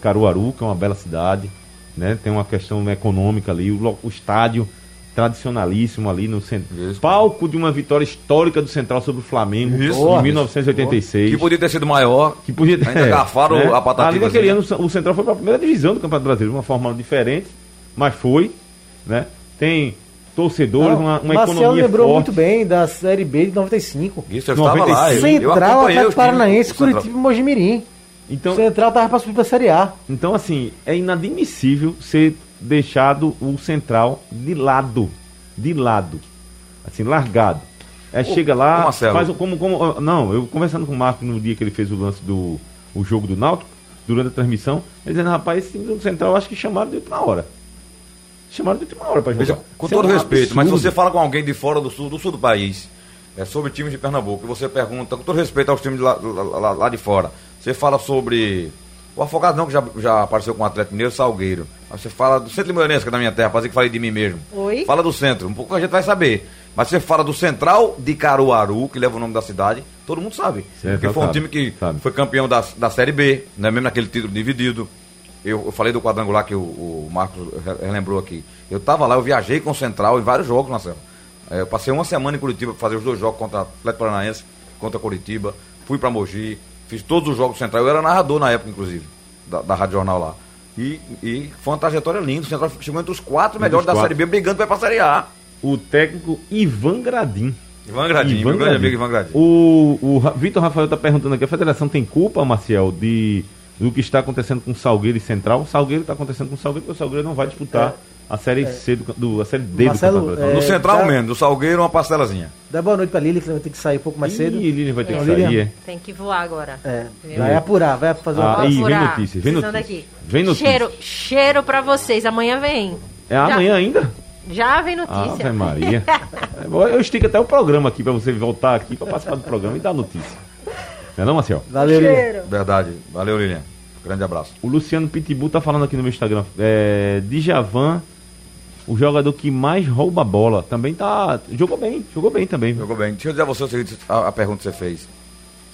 Caruaru, que é uma bela cidade, né? Tem uma questão econômica ali, o, lo- o estádio tradicionalíssimo ali no centro.
Isso.
Palco de uma vitória histórica do Central sobre o Flamengo
Isso.
em
Porra.
1986.
Que podia ter sido maior.
É Que podia ter. né?
Ainda garfaram a patativa,
Ali naquele ano,
assim.
o Central foi para a primeira divisão do Campeonato Brasileiro, de uma forma diferente, mas foi. né? Tem torcedores, uma, uma
Então, Marcelo
economia
lembrou
forte.
muito bem da Série B de 95.
Isso, eu estava lá. Ah, eu- eu
Central,
acompanhei
Atlético
os times
Paranaense,
do Central.
Curitiba e Mojimirim.
Então,
Central tava pra subir pra Série A.
então, assim, é inadmissível ser deixado o Central de lado. De lado. Assim, largado. É, chega
ô,
lá,
Marcelo.
faz o- como, como. ah, Não, eu conversando com o Marco no dia que ele fez o lance do o jogo do Náutico, durante a transmissão, ele dizendo, rapaz, esse time do Central eu acho que chamaram de última hora. Chamaram de última hora pra jogar.
Veja, com
Isso é
todo
um
respeito, mas se
absurdo.
você fala com alguém de fora do sul, do sul do país, é sobre times de Pernambuco, e você pergunta, com todo respeito aos times de lá, lá- lá- lá de fora, você fala sobre. O Afogado não, que já, já apareceu com o Atlético Mineiro, Salgueiro. Aí você fala do Centro Limoeirense, que é da minha terra, pra dizer que falei de mim mesmo.
Oi?
Fala do centro, um pouco a gente vai saber. Mas você fala do Central de Caruaru, que leva o nome da cidade, todo mundo sabe.
Central
porque foi um
sabe,
time que
sabe.
foi campeão da, da Série B, né, mesmo naquele título dividido. Eu, eu falei do quadrangular que o, o Marcos re- relembrou aqui. Eu estava lá, eu viajei com o Central em vários jogos, Marcelo. É, eu passei uma semana em Curitiba para fazer os dois jogos contra o Atlético Paranaense, contra Curitiba. Fui para Mogi, fiz todos os jogos do Central. Eu era narrador na época, inclusive, da, da Rádio Jornal lá. E, e foi uma trajetória linda. O Central chegou entre os quatro melhores da
quatro.
Série B, brigando para ir para a Série A.
O técnico Ivan Gradim.
Ivan Gradinho, meu grande amigo Ivan Gradinho.
O, o Ra- Vitor Rafael está perguntando aqui: a federação tem culpa, Marcel, de, do que está acontecendo com Salgueiro e Central? Salgueiro está acontecendo com Salgueiro porque o Salgueiro não vai disputar a série C do, do- a série D
É. Marcelo,
do
é,
No
Campeonato
Central,
tá-
menos. Do Salgueiro, uma parcelazinha.
Dá boa noite pra Lili, que ela vai ter que sair um pouco mais cedo.
Ih, Lilian vai ter que
É, Lilian.
sair. É.
Tem que voar agora.
É,
Viu?
vai apurar, vai fazer uma
Ah,
Vou
aí, vem
apurar.
notícia, vem
Precisando
notícia.
aqui.
Vem notícia.
Cheiro, cheiro pra vocês. Amanhã vem.
É amanhã ainda?
Já vem
Ah,
notícia.
Ave Maria. Eu estico até o programa aqui para você voltar aqui para participar do programa e dar notícia. Não é não, Marcel?
Valeu, Lili.
Verdade. Valeu, Lilian. Grande abraço.
O Luciano Pitbull tá falando aqui no meu Instagram. É, Djavan, o jogador que mais rouba a bola, também tá. Jogou bem, jogou bem também. viu?
Jogou bem. Deixa eu dizer a você o seguinte, a, a pergunta que você fez.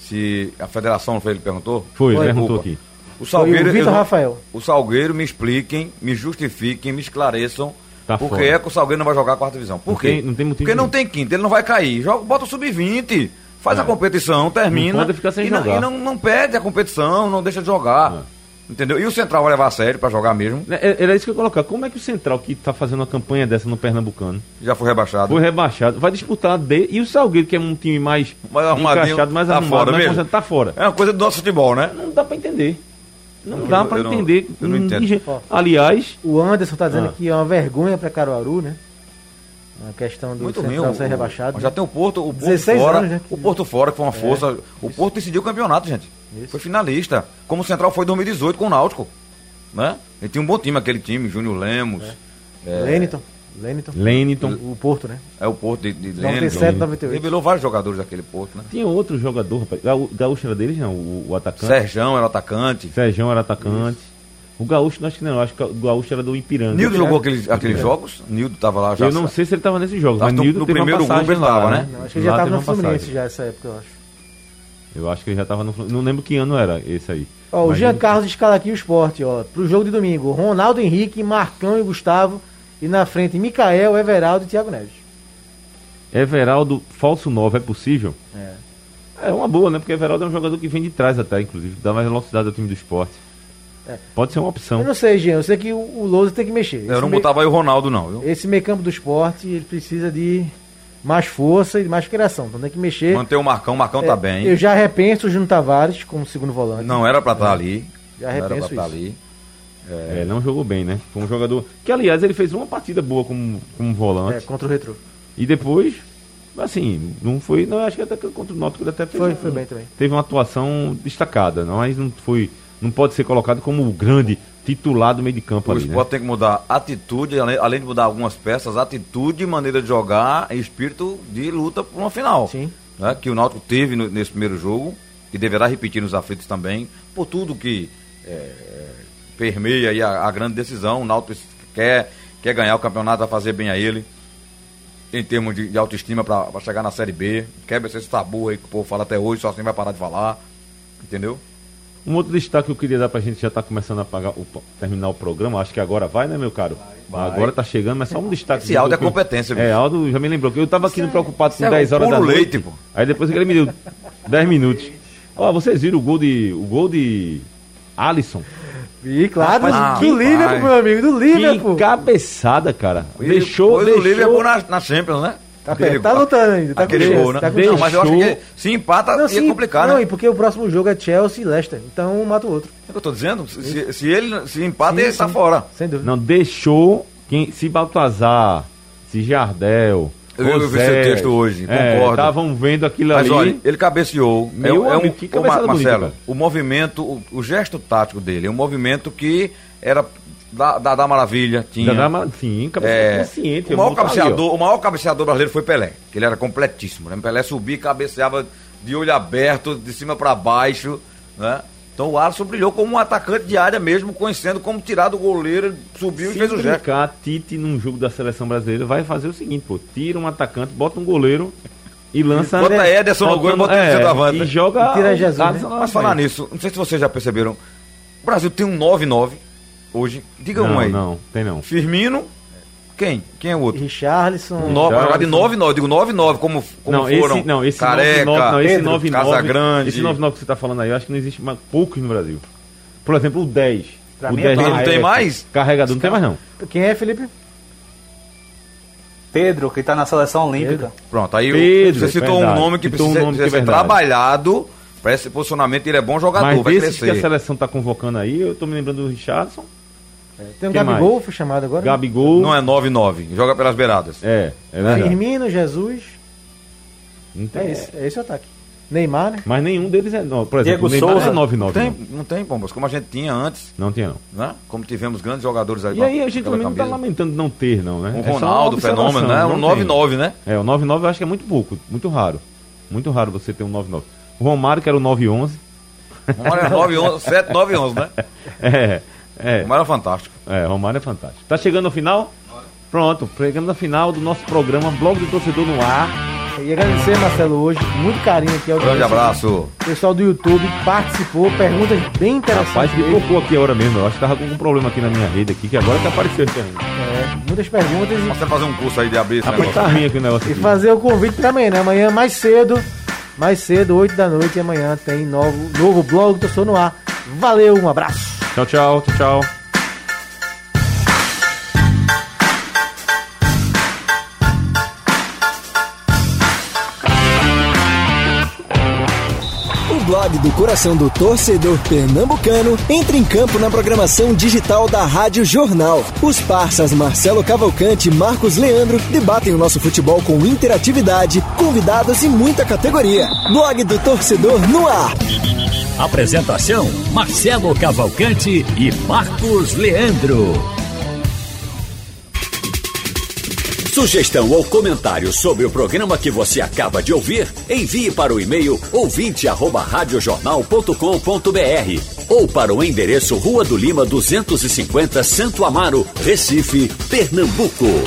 Se a federação não foi ele que perguntou?
Foi, ele
Desculpa.
perguntou aqui.
O
Foi
Salgueiro,
o Vitor
eu não-
Rafael.
O Salgueiro, me expliquem, me justifiquem, me esclareçam.
Tá
porque
fora.
é que o Salgueiro não vai jogar a quarta divisão. Por
Não
quê?
tem- não tem motivo
Porque não
nenhum.
tem quinta, ele não vai cair. Joga, bota o sub-20, faz a competição, termina.
Não pode ficar sem
e não-
jogar.
e não, não perde a competição, não deixa de jogar. Entendeu? E o Central vai levar a sério pra jogar mesmo.
É, Era isso que eu ia colocar. Como é que o Central, que tá fazendo uma campanha dessa no Pernambucano,
Já foi rebaixado.
foi rebaixado, vai disputar a D e o Salgueiro, que é um time mais,
Mais arrumadinho,
encaixado, mais
tá
arrumado,
fora
mais
mesmo?
concentrado, tá fora.
É uma coisa do nosso futebol, né?
Não dá pra entender. Não
Eu-
dá
eu
pra
não-
entender.
eu não
Hum,
entendo.
de jeito- Aliás,
O Anderson tá dizendo
Ah.
que é uma vergonha pra Caruaru, né? A questão do
Muito
Central
ruim.
ser
o-
rebaixado.
Já tem o Porto, o Porto
16
fora.
anos, né?
O Porto fora, que foi uma força. o Porto decidiu o campeonato, gente. Foi finalista. Como o Central foi em 2018 com o Náutico. Né? Ele tinha um bom time, aquele time, Júnior Lemos.
né? Leniton. Leniton.
Leniton.
O Porto, né?
É, o Porto de, de
97,
Lemos.
98.
Revelou vários jogadores daquele Porto, né?
Tinha outro jogador, rapaz. Gaú- Gaúcho era deles, não, o, o
Tá.
atacante.
Serjão era o atacante.
Sérgio era atacante. O Gaúcho, não acho que não, acho que o Gaúcho era do Ipiranga.
Nildo jogou
Tá
aqueles, aqueles jogos. Nildo tava lá já.
Eu não sei se ele tava nesses jogos,
Acho
mas
que no-
Nildo
no
teve
primeiro
uma
grupo
passagem
ele
lá,
tava, né?
Não, acho que ele já
Lá
tava
teve
no
uma
Fluminense
passagem.
já essa época, eu acho.
Eu acho que ele já tava no Fluminense. Não lembro que ano era esse aí.
Ó, o
Mas
Jean
ele-
Carlos escala aqui o esporte, ó. Pro jogo de domingo, Ronaldo Henrique, Marcão e Gustavo. E na frente, Micael, Everaldo e Thiago Neves.
Everaldo, falso 9, é possível? É. É uma boa, né? Porque Everaldo é um jogador que vem de trás até, inclusive. Dá mais velocidade ao time do esporte. Pode ser uma
Eu
opção.
não sei, Jean. Eu sei que o, o Lousa tem que mexer. Esse
Eu não
meio-
botava aí o Ronaldo, não. Viu?
Esse meio campo do esporte, ele precisa de mais força e de mais criação. Então tem que mexer.
Manter o Marcão, o Marcão tá
É,
bem.
Eu já repenso o Júnior Tavares como segundo volante.
Não era pra estar ali.
Já
não era pra
repenso
estar
isso.
ali.
É, não jogou bem, né? Foi um jogador. Que, aliás, ele fez uma partida boa como, como
É,
volante.
contra o Retro.
E depois. Mas assim, não foi. Não, acho que até que contra o Náutico ele até fez
Foi,
um-
foi bem também.
Teve uma atuação destacada, não, mas não foi. Não pode ser colocado como o grande titular do meio de campo
O
ali. né?
esporte tem que mudar atitude, ale- além de mudar algumas peças, atitude, maneira de jogar e espírito de luta por uma final.
Sim.
Né, Que o Náutico teve no- nesse primeiro jogo e deverá repetir nos aflitos também, por tudo que eh, permeia aí a, a grande decisão. O Náutico quer, quer ganhar o campeonato, vai fazer bem a ele. Em termos de, de autoestima para chegar na Série B, quebra esse tabu aí que o povo fala até hoje, só assim vai parar de falar. Entendeu?
Um outro destaque que eu queria dar pra gente já tá começando a pagar o- terminar o programa. Acho que agora vai, né, meu caro? Agora tá chegando, mas só um destaque.
Esse Aldo é
que eu-
competência,
É,
bicho.
Aldo já me lembrou. que Eu tava aqui preocupado com
é
10 horas da
puro
noite.
leite, pô.
Aí depois que ele me deu 10 minutos. Ó, vocês viram o gol de. o gol de. Alisson.
E claro,
Rapaz,
do
que
Liverpool,
pai.
meu amigo, do
Que
Liverpool.
cabeçada, cara.
E
deixou. deixou...
depois O Liverpool na, na Champions, né?
Tá, tá lutando ainda, tá
aquele
com
gol,
chance,
né?
tá com
não, mas eu acho
Deixou-
que se empata,
Não,
ia
sim,
complicar,
não,
né?
e porque o próximo jogo é Chelsea e Leicester. Então um mata o outro.
É o que eu tô dizendo? Se, se ele se empata,
Sim,
ele tá
sim.
fora.
Sem dúvida.
Não, deixou. Quem, se Baltazar, se Jardel.
Eu- eu vi
José,
seu texto hoje, concordo.
Estavam vendo aquilo
Mas
ali.
olha, ele cabeceou. É,
Meu
é um,
amigo, que
ô,
cabeçada
Ma-
bonita,
Marcelo,
cara.
o movimento, o, o gesto tático dele, é um movimento que era da, da, da maravilha. Tinha.
Ainda dá uma- sim, cabeçada
É,
consciente. eu
o, maior
vou botar ali, ó.
cabeceador, o maior cabeceador brasileiro foi Pelé, que ele era completíssimo. Né? Pelé subia e cabeceava de olho aberto, de cima para baixo. Né? Então o Alisson brilhou como um atacante de área mesmo, conhecendo como tirar do goleiro, ele subiu
Se
e fez o gesto.
brincar, Tite num jogo da seleção brasileira vai fazer o seguinte, pô, tira um atacante, bota um goleiro e lança
Bota Ederson no gol e bota o centroavante.
E joga
E tira
o
Jesus,
Alisson
né?
lá na
Mas falar
frente.
nisso, não sei se vocês já perceberam, o Brasil tem um 9-9 hoje. Diga um aí.
Não, não, tem não.
Firmino, quem? Quem é o outro? Um
Richarlison.
nove, uma jogada de
Richarlison.
9-9, digo 9-9, como, como
não,
foram.
esse, não, esse
Careca,
99, não, esse
Pedro,
99,
Casagrande.
esse 99 que você tá falando aí, eu acho que não existe mais poucos no Brasil. Por exemplo, o 10.
Pra
o
mim é
10
claro.
do
Não
Everton.
tem mais?
Carregador não tem mais não.
Quem é, Felipe?
Pedro, que tá na seleção olímpica.
Pronto, aí
Pedro, é
você citou
verdade,
um nome que
citou um
precisa,
nome que
precisa
é
ser
verdade.
trabalhado para esse posicionamento. Ele é bom jogador,
Mas
vai
desses que a
crescer.
seleção tá convocando aí, eu tô me lembrando do Richardson,
Tem o
Quem
Gabigol, foi chamado agora.
Gabigol.
Não é 9-9, joga pelas beiradas.
É, é verdade.
Firmino, Jesus.
Não tem-
É esse, é esse o ataque. Neymar, né?
Mas nenhum deles é. Não, por exemplo,
Diego
o Neymar
Souza.
é
Não
99.
tem,
Não,
não tem bombas, como a gente tinha antes,
não tinha, não.
né? Como tivemos grandes jogadores
E
aí. com
aí a gente
aquela
também não tá
camisa.
lamentando não ter, não, né?
Um
É só uma
Ronaldo,
observação,
fenômeno, né?
não
Um
tem.
9-9, né?
É, o 99 eu acho que é muito pouco, muito raro. Muito raro você ter um 99. O Romário, que era o 911.
Romário era 9-11, 7-9-11, né?
É, é,
Romário era fantástico.
é, Romário é fantástico. Tá chegando ao final? Pronto, chegamos ao final do nosso programa Blog do Torcedor no Ar.
E agradecer, Marcelo, hoje. Muito carinho aqui ao
Grande abraço.
Pessoal do YouTube participou, perguntas bem interessantes.
Rapaz, que
mesmo.
tocou aqui a hora mesmo. Eu acho que tava com um problema aqui na minha rede aqui, que agora que apareceu aqui ainda.
É, muitas perguntas e
Você fazer um curso aí de abrir esse
Rapaz,
negócio.
tá ruim aqui o negócio
E
aqui.
fazer o convite pra amanhã, né? Amanhã mais cedo, mais cedo, 8 da noite, e amanhã tem novo, novo blog do Sou no Ar. Valeu, um abraço!
Tchau, tchau, tchau, tchau.
O blog do coração do torcedor pernambucano entra em campo na programação digital da Rádio Jornal. Os parças Marcelo Cavalcante e Marcos Leandro debatem o nosso futebol com interatividade, convidados e muita categoria. Blog do torcedor no ar.
Apresentação: Marcelo Cavalcante e Marcos Leandro. Sugestão ou comentário sobre o programa que você acaba de ouvir, envie para o e-mail ouvinte@radiojornal.com.br ou para o endereço Rua do Lima 250, Santo Amaro, Recife, Pernambuco.